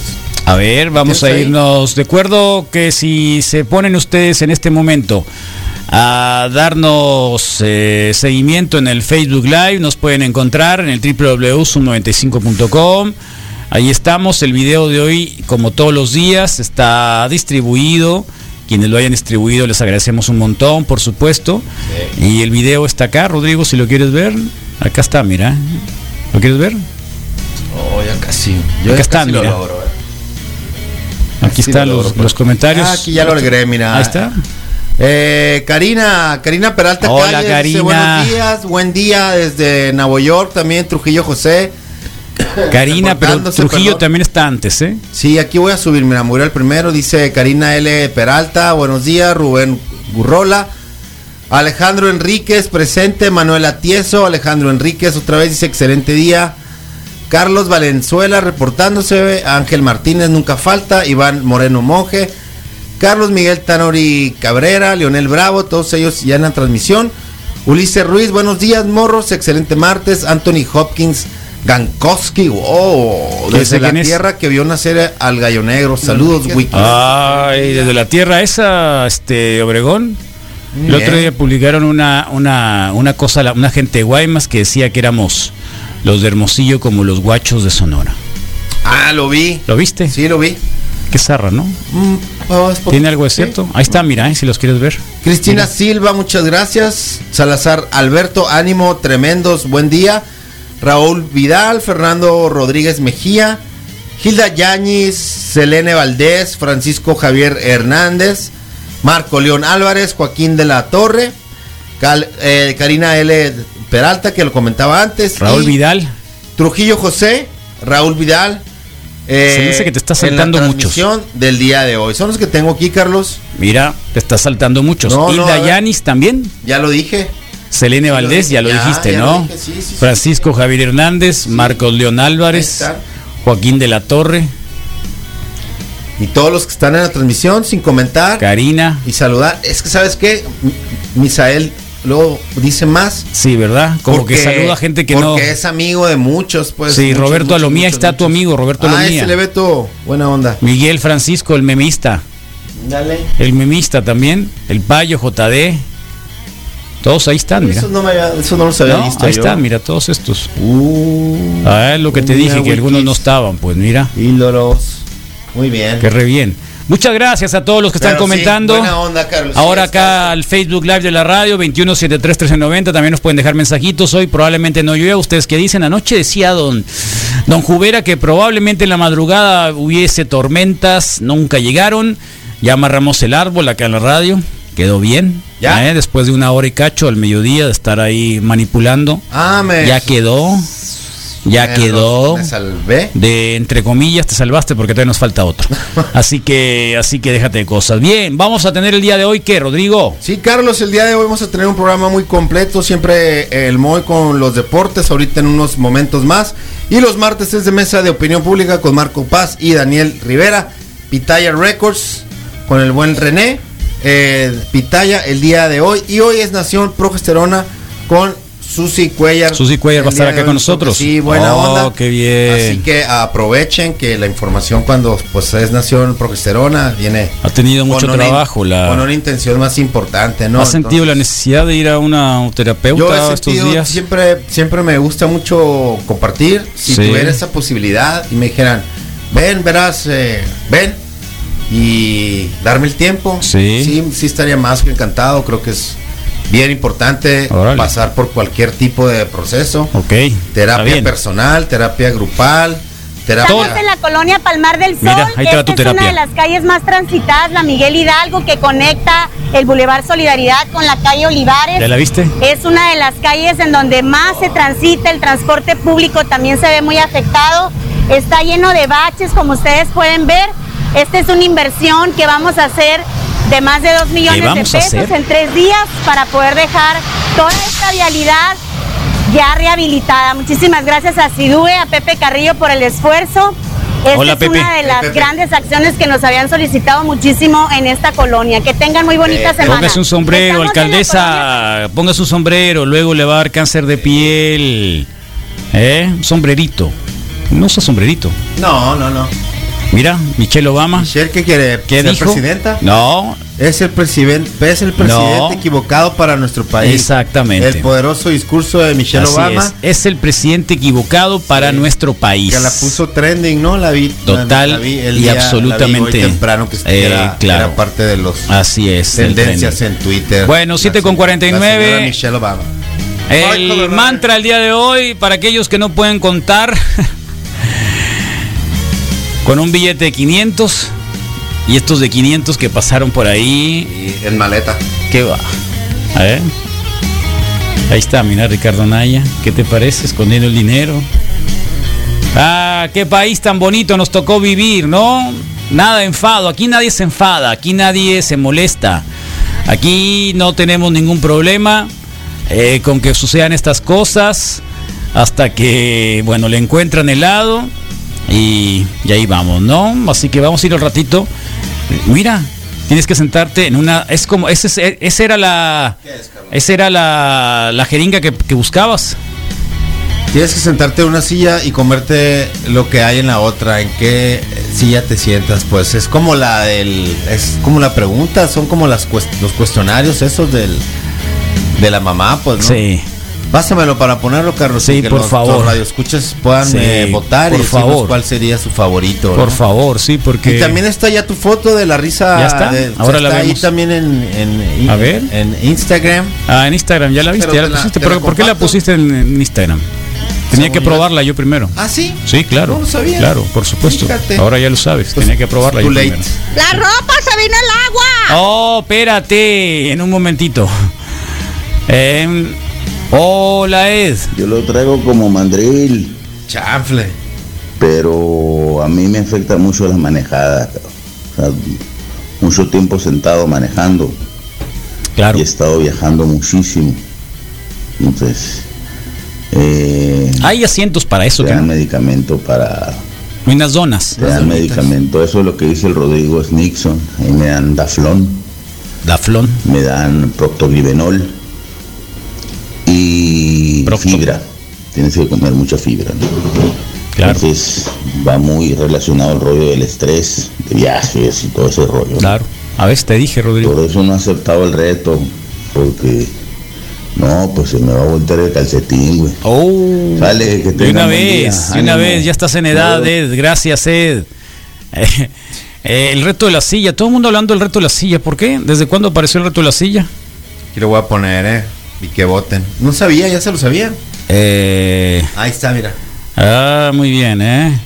Speaker 1: A ver, vamos a
Speaker 3: ¿Tienes ahí?
Speaker 1: irnos. Recuerdo que si se ponen ustedes en este momento a darnos eh, seguimiento en el Facebook Live, nos pueden encontrar en el www.sum95.com. Ahí estamos, el video de hoy, como todos los días, está distribuido. Quienes lo hayan distribuido les agradecemos un montón, por supuesto. Y el video está acá, Rodrigo, si lo quieres ver. Acá está, mira. ¿Lo quieres ver?
Speaker 3: Oh, ya casi. Yo
Speaker 1: Acá
Speaker 3: ya
Speaker 1: está,
Speaker 3: casi lo
Speaker 1: mira.
Speaker 3: logro, eh.
Speaker 1: Aquí
Speaker 3: Sí,
Speaker 1: están
Speaker 3: lo logro,
Speaker 1: los,
Speaker 3: pues.
Speaker 1: los comentarios.
Speaker 3: Ah, aquí ya lo agregué, mira.
Speaker 1: Ahí está.
Speaker 3: Eh, Karina, Karina Peralta
Speaker 1: Hola, Karina.
Speaker 3: dice, buenos días, buen día desde Nueva York, también Trujillo José.
Speaker 1: Karina, pero
Speaker 3: Reportándose,
Speaker 1: Trujillo
Speaker 3: perdón.
Speaker 1: también está antes, ¿eh?
Speaker 3: Sí, aquí voy a subir, mira, murió el primero, dice Karina L. Peralta, buenos días, Rubén Gurrola. Alejandro Enríquez, presente, Manuela Tieso, Alejandro Enríquez, otra vez dice excelente día. Carlos Valenzuela reportándose, Ángel Martínez nunca falta, Iván Moreno Monje, Carlos Miguel Tanori Cabrera, Leonel Bravo, todos ellos ya en la transmisión. Ulises Ruiz, buenos días, morros, excelente martes. Anthony Hopkins Gankowski, wow,
Speaker 1: ¿Quién
Speaker 3: desde
Speaker 1: es?
Speaker 3: la
Speaker 1: ¿Quién es? Mm,
Speaker 3: tierra que vio nacer al Gallo Negro. Saludos, Wiki.
Speaker 1: Ay, desde la tierra esa, este, Obregón. El
Speaker 3: Bien.
Speaker 1: otro día publicaron una, una, una cosa, la- una gente de Guaymas que decía que éramos los de Hermosillo como los guachos de Sonora.
Speaker 3: Ah, lo vi.
Speaker 1: ¿Lo viste?
Speaker 3: Sí, lo vi.
Speaker 1: Qué zarra, ¿no?
Speaker 3: Mm, vamos por-
Speaker 1: ¿Tiene algo de cierto? Ahí está, mira, eh, si los quieres ver.
Speaker 3: Cristina Silva, muchas gracias. Salazar Alberto, ánimo, tremendos, buen día. Raúl Vidal, Fernando Rodríguez Mejía, Gilda Yáñez, Selene Valdés, Francisco Javier Hernández, Marco León Álvarez, Joaquín de la Torre, Cal- eh, Karina L. Peralta, que lo comentaba antes.
Speaker 1: Raúl
Speaker 3: y
Speaker 1: Vidal.
Speaker 3: Trujillo José, Raúl Vidal. eh,
Speaker 1: Se me dice que te estás
Speaker 3: en la
Speaker 1: saltando muchos.
Speaker 3: transmisión del día de hoy. Son los que tengo aquí, Carlos.
Speaker 1: Mira, te está saltando muchos.
Speaker 3: No,
Speaker 1: y
Speaker 3: no, a ver.
Speaker 1: Dayanis también.
Speaker 3: Ya lo dije.
Speaker 1: Selene Valdés, ya lo
Speaker 3: Ya,
Speaker 1: dijiste,
Speaker 3: ya lo
Speaker 1: ¿no?
Speaker 3: dije, sí, sí, sí.
Speaker 1: Francisco Javier Hernández, Marcos León Álvarez,
Speaker 3: Ahí está.
Speaker 1: Joaquín de la Torre,
Speaker 3: Y todos los que están en la transmisión, sin comentar.
Speaker 1: Karina.
Speaker 3: Y saludar. Es que, ¿sabes qué? Mi- Misael luego dice más.
Speaker 1: Sí, ¿verdad? Como que saluda gente que
Speaker 3: porque
Speaker 1: no.
Speaker 3: Porque es amigo de muchos, pues.
Speaker 1: sí,
Speaker 3: muchos,
Speaker 1: Roberto
Speaker 3: muchos,
Speaker 1: Alomía, ahí
Speaker 3: muchos,
Speaker 1: está tu amigo, Roberto
Speaker 3: muchos. Ah,
Speaker 1: Alomía.
Speaker 3: ese Lebeto, buena onda.
Speaker 1: Miguel Francisco, el memista.
Speaker 3: Dale.
Speaker 1: El memista también. El Payo, JD. Todos ahí están, mira.
Speaker 3: Eso no, me había- eso no los había
Speaker 1: No,
Speaker 3: visto.
Speaker 1: ahí
Speaker 3: yo.
Speaker 1: están, mira, todos estos.
Speaker 3: Uh,
Speaker 1: Ah, es lo que te
Speaker 3: mira,
Speaker 1: dije, que
Speaker 3: Wikis.
Speaker 1: algunos no estaban, pues mira.
Speaker 3: Y los. Muy bien.
Speaker 1: Que re bien. Muchas gracias a todos los que están
Speaker 3: Pero sí,
Speaker 1: comentando.
Speaker 3: buena onda, Carlos.
Speaker 1: Ahora
Speaker 3: Sí,
Speaker 1: acá al Facebook Live de la radio 2173-1390 también nos pueden dejar mensajitos. Hoy probablemente no llueva. Ustedes que dicen, anoche decía don, don Jubera que probablemente en la madrugada hubiese tormentas, nunca llegaron. Ya amarramos el árbol acá en la radio, quedó bien. Ya. ¿eh? Después de una hora y cacho al mediodía de estar ahí manipulando.
Speaker 3: Ah, me.
Speaker 1: Ya quedó. Ya
Speaker 3: me-
Speaker 1: quedó.
Speaker 3: Me salvé.
Speaker 1: De entre comillas te salvaste porque todavía nos falta otro. Así que, así que déjate de cosas. Bien, vamos a tener el día de hoy que Rodrigo.
Speaker 3: Sí, Carlos, el día de hoy vamos a tener un programa muy completo, siempre eh, el MOI con los deportes, ahorita en unos momentos más. Y los martes es de mesa de opinión pública con Marco Paz y Daniel Rivera, Pitaya Records con el buen René, eh, Pitaya el día de hoy. Y hoy es Nación Progesterona con Susi Cuellar.
Speaker 1: Susi Cuellar
Speaker 3: El
Speaker 1: va a estar
Speaker 3: día de
Speaker 1: acá
Speaker 3: hoy,
Speaker 1: con
Speaker 3: creo que
Speaker 1: nosotros.
Speaker 3: Sí, buena
Speaker 1: Oh,
Speaker 3: onda.
Speaker 1: qué bien.
Speaker 3: Así que aprovechen que la información cuando pues es Nación Progesterona viene
Speaker 1: Ha tenido mucho
Speaker 3: con una in-
Speaker 1: trabajo la.
Speaker 3: con una intención más importante, ¿no?
Speaker 1: ¿Has sentido la necesidad de ir a una terapeuta
Speaker 3: Yo he
Speaker 1: estos
Speaker 3: sentido,
Speaker 1: días?
Speaker 3: siempre, siempre me gusta mucho compartir. Si
Speaker 1: Sí.
Speaker 3: tuviera esa posibilidad y me dijeran, ven, verás, eh, ven y darme el tiempo,
Speaker 1: Sí.
Speaker 3: sí, sí estaría más que encantado. Creo que es bien importante
Speaker 1: Órale.
Speaker 3: pasar por cualquier tipo de proceso.
Speaker 1: Ok. está
Speaker 3: Terapia
Speaker 1: bien.
Speaker 3: personal, terapia grupal,
Speaker 11: Estamos
Speaker 3: terapia...
Speaker 11: en la colonia Palmar del Sol.
Speaker 3: Mira, ahí te va
Speaker 11: Esta
Speaker 3: tu
Speaker 11: es una
Speaker 3: terapia.
Speaker 11: de las calles más transitadas, la Miguel Hidalgo, que conecta el Boulevard Solidaridad con la calle Olivares.
Speaker 1: ¿Ya la viste?
Speaker 11: Es una de las calles en donde más se transita, el transporte público también se ve muy afectado, está lleno de baches como ustedes pueden ver. Esta es una inversión que vamos a hacer de más de 2 millones de
Speaker 1: vamos a
Speaker 11: pesos
Speaker 1: hacer?
Speaker 11: en tres días para poder dejar toda esta vialidad ya rehabilitada. Muchísimas gracias a Sidue, a Pepe Carrillo por el esfuerzo. Esta
Speaker 1: Hola,
Speaker 11: es
Speaker 1: Pepe.
Speaker 11: una de las
Speaker 1: Pepe.
Speaker 11: grandes acciones que nos habían solicitado muchísimo en esta colonia. Que tengan muy bonita semana.
Speaker 1: Eh, Póngase un sombrero, alcaldesa. Póngase un sombrero, luego le va a dar cáncer de piel. ¿Eh? Un sombrerito. No usa sombrerito.
Speaker 3: No, no, no.
Speaker 1: Mira, Michelle Obama.
Speaker 3: Michelle, ¿qué quiere?
Speaker 1: ¿Qué
Speaker 3: ¿Ser
Speaker 1: dijo?
Speaker 3: presidenta?
Speaker 1: No.
Speaker 3: Es el presidente, es el presidente
Speaker 1: No.
Speaker 3: equivocado para nuestro país.
Speaker 1: Exactamente.
Speaker 3: El poderoso discurso de Michelle
Speaker 1: Así
Speaker 3: Obama.
Speaker 1: es. Es el presidente equivocado para nuestro país.
Speaker 3: Que la puso trending, ¿no? La vi. la-
Speaker 1: Total
Speaker 3: la vi el
Speaker 1: y
Speaker 3: día- la vi hoy
Speaker 1: absolutamente.
Speaker 3: temprano que
Speaker 1: Eh,
Speaker 3: era,
Speaker 1: claro.
Speaker 3: era parte de los
Speaker 1: Así es. el
Speaker 3: tendencias
Speaker 1: trending.
Speaker 3: en Twitter.
Speaker 1: Bueno,
Speaker 3: La
Speaker 1: 7 con
Speaker 3: señora- la señora
Speaker 1: 49.
Speaker 3: Michelle Obama.
Speaker 1: El mantra el día de hoy, para aquellos que no pueden contar, con un billete de 500 y estos de 500 que pasaron por ahí.
Speaker 3: en maleta.
Speaker 1: ¿Qué va? A ver. Ahí está, mira Ricardo Naya. ¿Qué te parece? Escondiendo el dinero. Ah, qué país tan bonito nos tocó vivir, ¿no? Nada de enfado, aquí nadie se enfada, aquí nadie se molesta, aquí no tenemos ningún problema eh, con que sucedan estas cosas hasta que, bueno, le encuentran helado y, y ahí vamos, ¿no? Así que vamos a ir al ratito. Mira, tienes que sentarte en una, es como, ese, es- esa era la, esa era la, la jeringa que- que buscabas.
Speaker 3: Tienes que sentarte en una silla y comerte lo que hay en la otra. ¿En qué silla te sientas? Pues es como la del. Es como la pregunta, son como las cuest- los cuestionarios esos del. De la mamá, pues, ¿no?
Speaker 1: Sí.
Speaker 3: Pásamelo para ponerlo, Carlos.
Speaker 1: Sí,
Speaker 3: y que
Speaker 1: por
Speaker 3: los-
Speaker 1: favor.
Speaker 3: Los radioescuchas puedan
Speaker 1: Sí,
Speaker 3: eh, votar
Speaker 1: por
Speaker 3: y decirnos
Speaker 1: favor.
Speaker 3: cuál sería su favorito.
Speaker 1: Por
Speaker 3: ¿no?
Speaker 1: favor, sí, porque.
Speaker 3: Y también está ya tu foto de la risa.
Speaker 1: ¿Ya está?
Speaker 3: de-
Speaker 1: Ahora la
Speaker 3: está ahí
Speaker 1: vemos.
Speaker 3: también en, en-
Speaker 1: A ver.
Speaker 3: en Instagram.
Speaker 1: Ah, en Instagram, ya la viste,
Speaker 3: Pero
Speaker 1: ya la
Speaker 3: te la-
Speaker 1: pusiste.
Speaker 3: te la
Speaker 1: ¿Pero por qué la
Speaker 3: comparto.
Speaker 1: pusiste en, en Instagram? Tenía que probarla yo primero.
Speaker 3: ¿Ah, sí?
Speaker 1: Sí, claro.
Speaker 3: No lo sabía.
Speaker 1: Claro, por supuesto.
Speaker 3: Fíjate.
Speaker 1: Ahora ya lo sabes, tenía que probarla yo
Speaker 3: too Pues, late.
Speaker 1: primero.
Speaker 11: La ropa se vino al agua.
Speaker 1: Oh, espérate, en un momentito. Em, hola, Ed.
Speaker 12: Yo lo traigo como mandril.
Speaker 3: Chanfle.
Speaker 12: Pero a mí me afecta mucho las manejadas. cabrón. O sea, mucho tiempo sentado manejando.
Speaker 1: Claro.
Speaker 12: Y he estado viajando muchísimo. Entonces. eh,
Speaker 1: Hay asientos para eso,
Speaker 12: te dan
Speaker 1: que
Speaker 12: medicamento para.
Speaker 1: hay unas zonas.
Speaker 12: Te dan medicamento. Eso es lo que dice el Rodrigo Nixon. Ahí me dan Daflón.
Speaker 1: Daflón.
Speaker 12: Me dan Proctolivenol. Y fibra. Tienes que comer mucha fibra. ¿no? Entonces va muy relacionado el rollo del estrés, de viajes y todo ese rollo.
Speaker 1: Claro. A veces te dije, Rodrigo.
Speaker 12: Por eso no he aceptado el reto. Porque. No, pues se me va a voltear el calcetín, güey.
Speaker 1: Oh.
Speaker 12: Sale,
Speaker 1: De
Speaker 12: que
Speaker 1: una
Speaker 12: tengan buen día.
Speaker 1: vez, de una
Speaker 12: Ánimo.
Speaker 1: vez, ya estás en edad,
Speaker 12: Saludos.
Speaker 1: Ed. Gracias, Ed. Eh, eh, el reto de la silla, todo el mundo hablando del reto de la silla. ¿Por qué? ¿Desde cuándo apareció el reto de la silla?
Speaker 3: Aquí lo voy a poner, ¿eh? Y que voten. No sabía, ya se lo sabía.
Speaker 1: Eh,
Speaker 3: Ahí está, mira.
Speaker 1: ah, muy bien, ¿eh?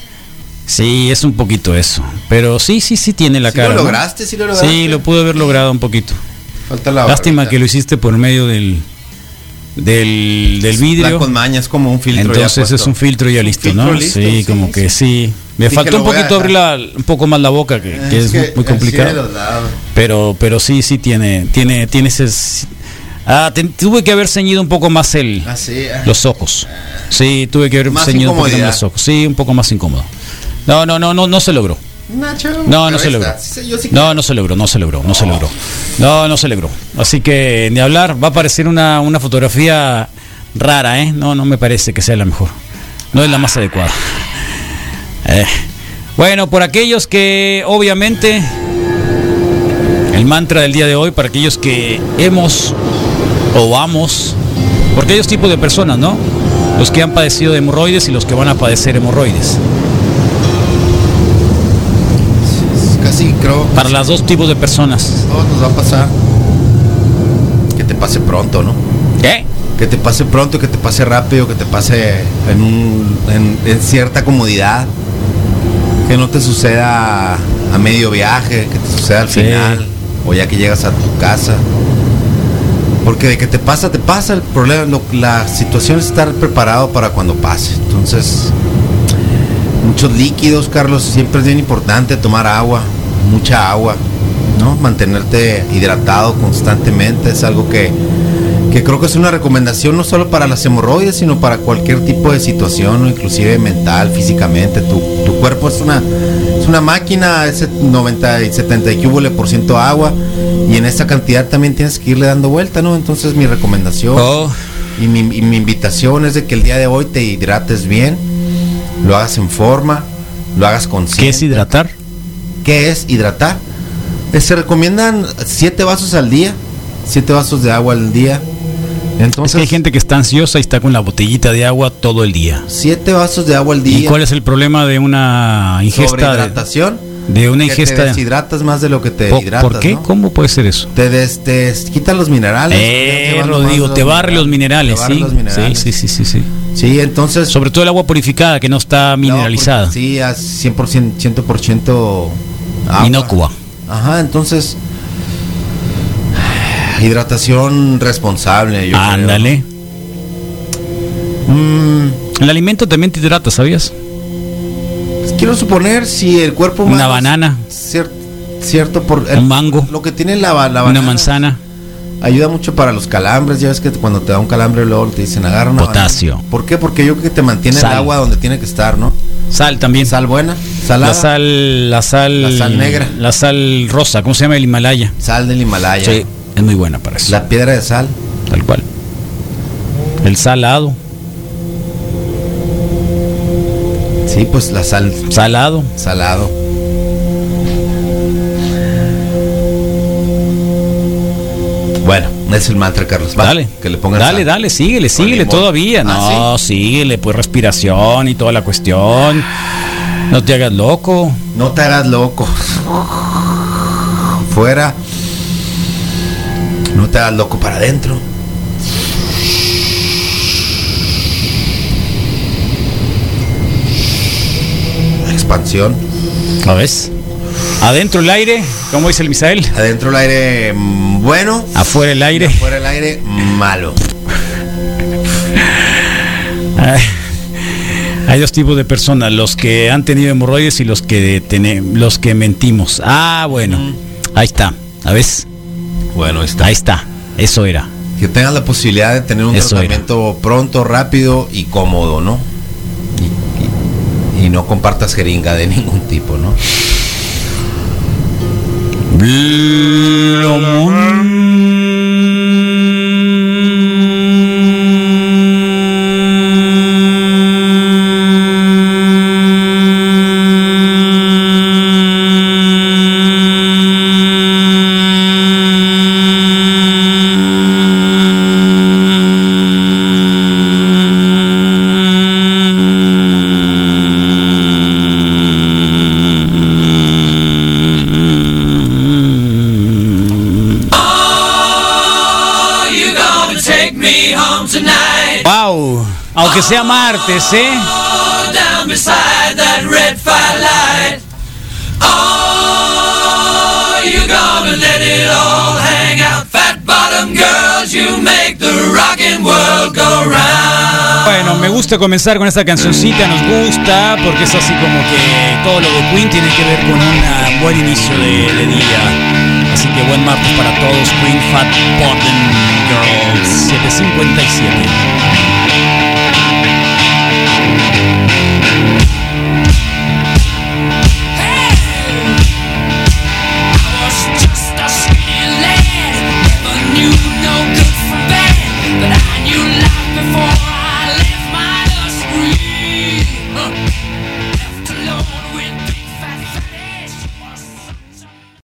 Speaker 1: Sí, es un poquito eso. Pero sí, sí, sí tiene la
Speaker 3: Sí
Speaker 1: cara.
Speaker 3: lo
Speaker 1: ¿no?
Speaker 3: lograste, sí lo lograste. Ah,
Speaker 1: Sí, lo pude haber logrado un poquito.
Speaker 3: Falta la
Speaker 1: Lástima
Speaker 3: barbita.
Speaker 1: que lo hiciste por medio del del, del vidrio.
Speaker 3: La con maña, es como un filtro. ya
Speaker 1: Entonces
Speaker 3: puesto.
Speaker 1: es un filtro ya listo, ¿no?
Speaker 3: filtro listo,
Speaker 1: sí,
Speaker 3: sí,
Speaker 1: como que sí. Me
Speaker 3: Dije,
Speaker 1: faltó
Speaker 3: lo
Speaker 1: un
Speaker 3: voy a
Speaker 1: poquito abrir la- un poco más la boca, que, que es,
Speaker 3: que
Speaker 1: muy- muy
Speaker 3: así de
Speaker 1: complicado.
Speaker 3: los lados.
Speaker 1: Pero, pero sí, sí tiene, tiene, tiene ese. Ah, te- tuve que haber ceñido un poco más el,
Speaker 3: Así, ah.
Speaker 1: los ojos. Sí, tuve que haber
Speaker 3: Más
Speaker 1: ceñido un poco más
Speaker 3: incomodidad.
Speaker 1: los ojos. Sí, un poco más incómodo. No, no, no, no, no se logró.
Speaker 3: Nacho.
Speaker 1: No, no
Speaker 3: Pero
Speaker 1: se
Speaker 3: ahí
Speaker 1: logró.
Speaker 3: está. Sí, yo sí
Speaker 1: No, no se logró, no se logró, no se logró. No, no se logró. Así que ni hablar, va a aparecer una, una fotografía rara, ¿eh? No, no me parece que sea la mejor. No es la más adecuada. Eh, Bueno, por aquellos que obviamente el mantra del día de hoy, para aquellos que hemos o vamos, por aquellos tipos de personas, ¿no? Los que han padecido de hemorroides y los que van a padecer hemorroides.
Speaker 3: Casi creo.
Speaker 1: Para los dos tipos de personas.
Speaker 3: Todo nos va a pasar. Que te pase pronto, ¿no?
Speaker 1: ¿Qué?
Speaker 3: Que te pase pronto, que te pase rápido, que te pase en, un- en- en cierta comodidad. Que no te suceda a medio viaje, que te suceda al
Speaker 1: Sí.
Speaker 3: final o ya que llegas a tu casa. Porque de que te pasa, te pasa. El problema, lo- la situación es estar preparado para cuando pase. Entonces, muchos líquidos, Carlos, siempre es bien importante tomar agua, mucha agua, ¿no? Mantenerte hidratado constantemente es algo que, que creo que es una recomendación no solo para las hemorroides, sino para cualquier tipo de situación, ¿no? inclusive mental, físicamente. Tu, tu cuerpo es una, es una máquina, es el 90 y 70 y que hubole por ciento agua, y en esa cantidad también tienes que irle dando vuelta, ¿no? Entonces mi recomendación
Speaker 1: Oh.
Speaker 3: y, mi, y mi invitación es de que el día de hoy te hidrates bien, lo hagas en forma, lo hagas consciente.
Speaker 1: ¿Qué es hidratar?
Speaker 3: ¿Qué es hidratar? Eh, Se recomiendan 7 vasos al día, 7 vasos de agua al día.
Speaker 1: es que hay gente que está ansiosa y está con la botellita de agua todo el día.
Speaker 3: 7 vasos de agua al
Speaker 1: ¿Y
Speaker 3: día.
Speaker 1: cuál es el problema de una ingesta de-
Speaker 3: Sobrehidratación.
Speaker 1: de, una
Speaker 3: Que
Speaker 1: ingesta?
Speaker 3: Te deshidratas más de lo que te
Speaker 1: ¿Por,
Speaker 3: hidratas.
Speaker 1: por qué?
Speaker 3: ¿no?
Speaker 1: ¿Cómo puede ser eso?
Speaker 3: Te, des- te quitas los minerales. te
Speaker 1: Eh,
Speaker 3: van
Speaker 1: Rodrigo,
Speaker 3: tomando
Speaker 1: te barre los minerales,
Speaker 3: Te barre
Speaker 1: ¿sí?
Speaker 3: los minerales.
Speaker 1: Sí, sí, sí, sí, sí.
Speaker 3: Sí, entonces.
Speaker 1: Sobre todo el agua purificada que no está mineralizada.
Speaker 3: No, porque sí, a 100%, 100% agua.
Speaker 1: Inocua.
Speaker 3: Ajá, entonces. Hidratación responsable. yo creo.
Speaker 1: Ándale.
Speaker 3: Mm,
Speaker 1: El alimento también te hidrata, ¿sabías?
Speaker 3: pues quiero suponer si el cuerpo humano.
Speaker 1: Una banana,
Speaker 3: Cierto, cierto por, el-
Speaker 1: un mango,
Speaker 3: Lo que tiene la, ba-
Speaker 1: una
Speaker 3: la banana.
Speaker 1: manzana,
Speaker 3: Ayuda mucho para los calambres. Ya ves que cuando te da un calambre, luego te dicen agarra una
Speaker 1: potasio,
Speaker 3: banana. ¿Por qué? Porque yo creo que te mantiene
Speaker 1: Sal.
Speaker 3: el agua donde tiene que estar, ¿no?
Speaker 1: sal también.
Speaker 3: Sal buena, salada.
Speaker 1: La sal, la sal,
Speaker 3: La sal negra.
Speaker 1: la sal rosa, ¿cómo se llama? El Himalaya.
Speaker 3: Sal del Himalaya.
Speaker 1: Sí, es muy buena para eso.
Speaker 3: La piedra de sal.
Speaker 1: Tal cual. El salado,
Speaker 3: Sí, pues la sal
Speaker 1: salado.
Speaker 3: salado. Bueno, Es el mantra, Carlos. Va,
Speaker 1: Dale.
Speaker 3: Que le pongan
Speaker 1: dale,
Speaker 3: sal.
Speaker 1: dale, síguele, síguele
Speaker 3: limón. Ah,
Speaker 1: todavía. No, síguele, pues respiración y toda la cuestión. No te hagas loco.
Speaker 3: No te hagas loco. Fuera. No te hagas loco para adentro. Expansión.
Speaker 1: ¿Lo ves? Adentro el aire, ¿cómo dice el Misael?
Speaker 3: Adentro el aire mm, bueno.
Speaker 1: Afuera el aire.
Speaker 3: Fuera el aire malo.
Speaker 1: Ay, Hay dos tipos de personas, los que han tenido hemorroides y los que tene- los que mentimos. Ah, bueno. Ahí está. ¿A ves?
Speaker 3: Bueno, ahí está.
Speaker 1: Ahí está. Eso era.
Speaker 3: Que tengas la posibilidad de tener un
Speaker 1: Eso era.
Speaker 3: tratamiento pronto, rápido y cómodo, ¿no? Y, y- y no compartas jeringa de ningún tipo, ¿no?
Speaker 1: Wow. Aunque sea martes, ¿eh? Bueno, me gusta comenzar con esta cancioncita, nos gusta, porque es así como que todo lo de Queen tiene que ver con un ah, buen inicio de, de día. Así que buen martes para todos, Queen Fat Bottom Girls 757.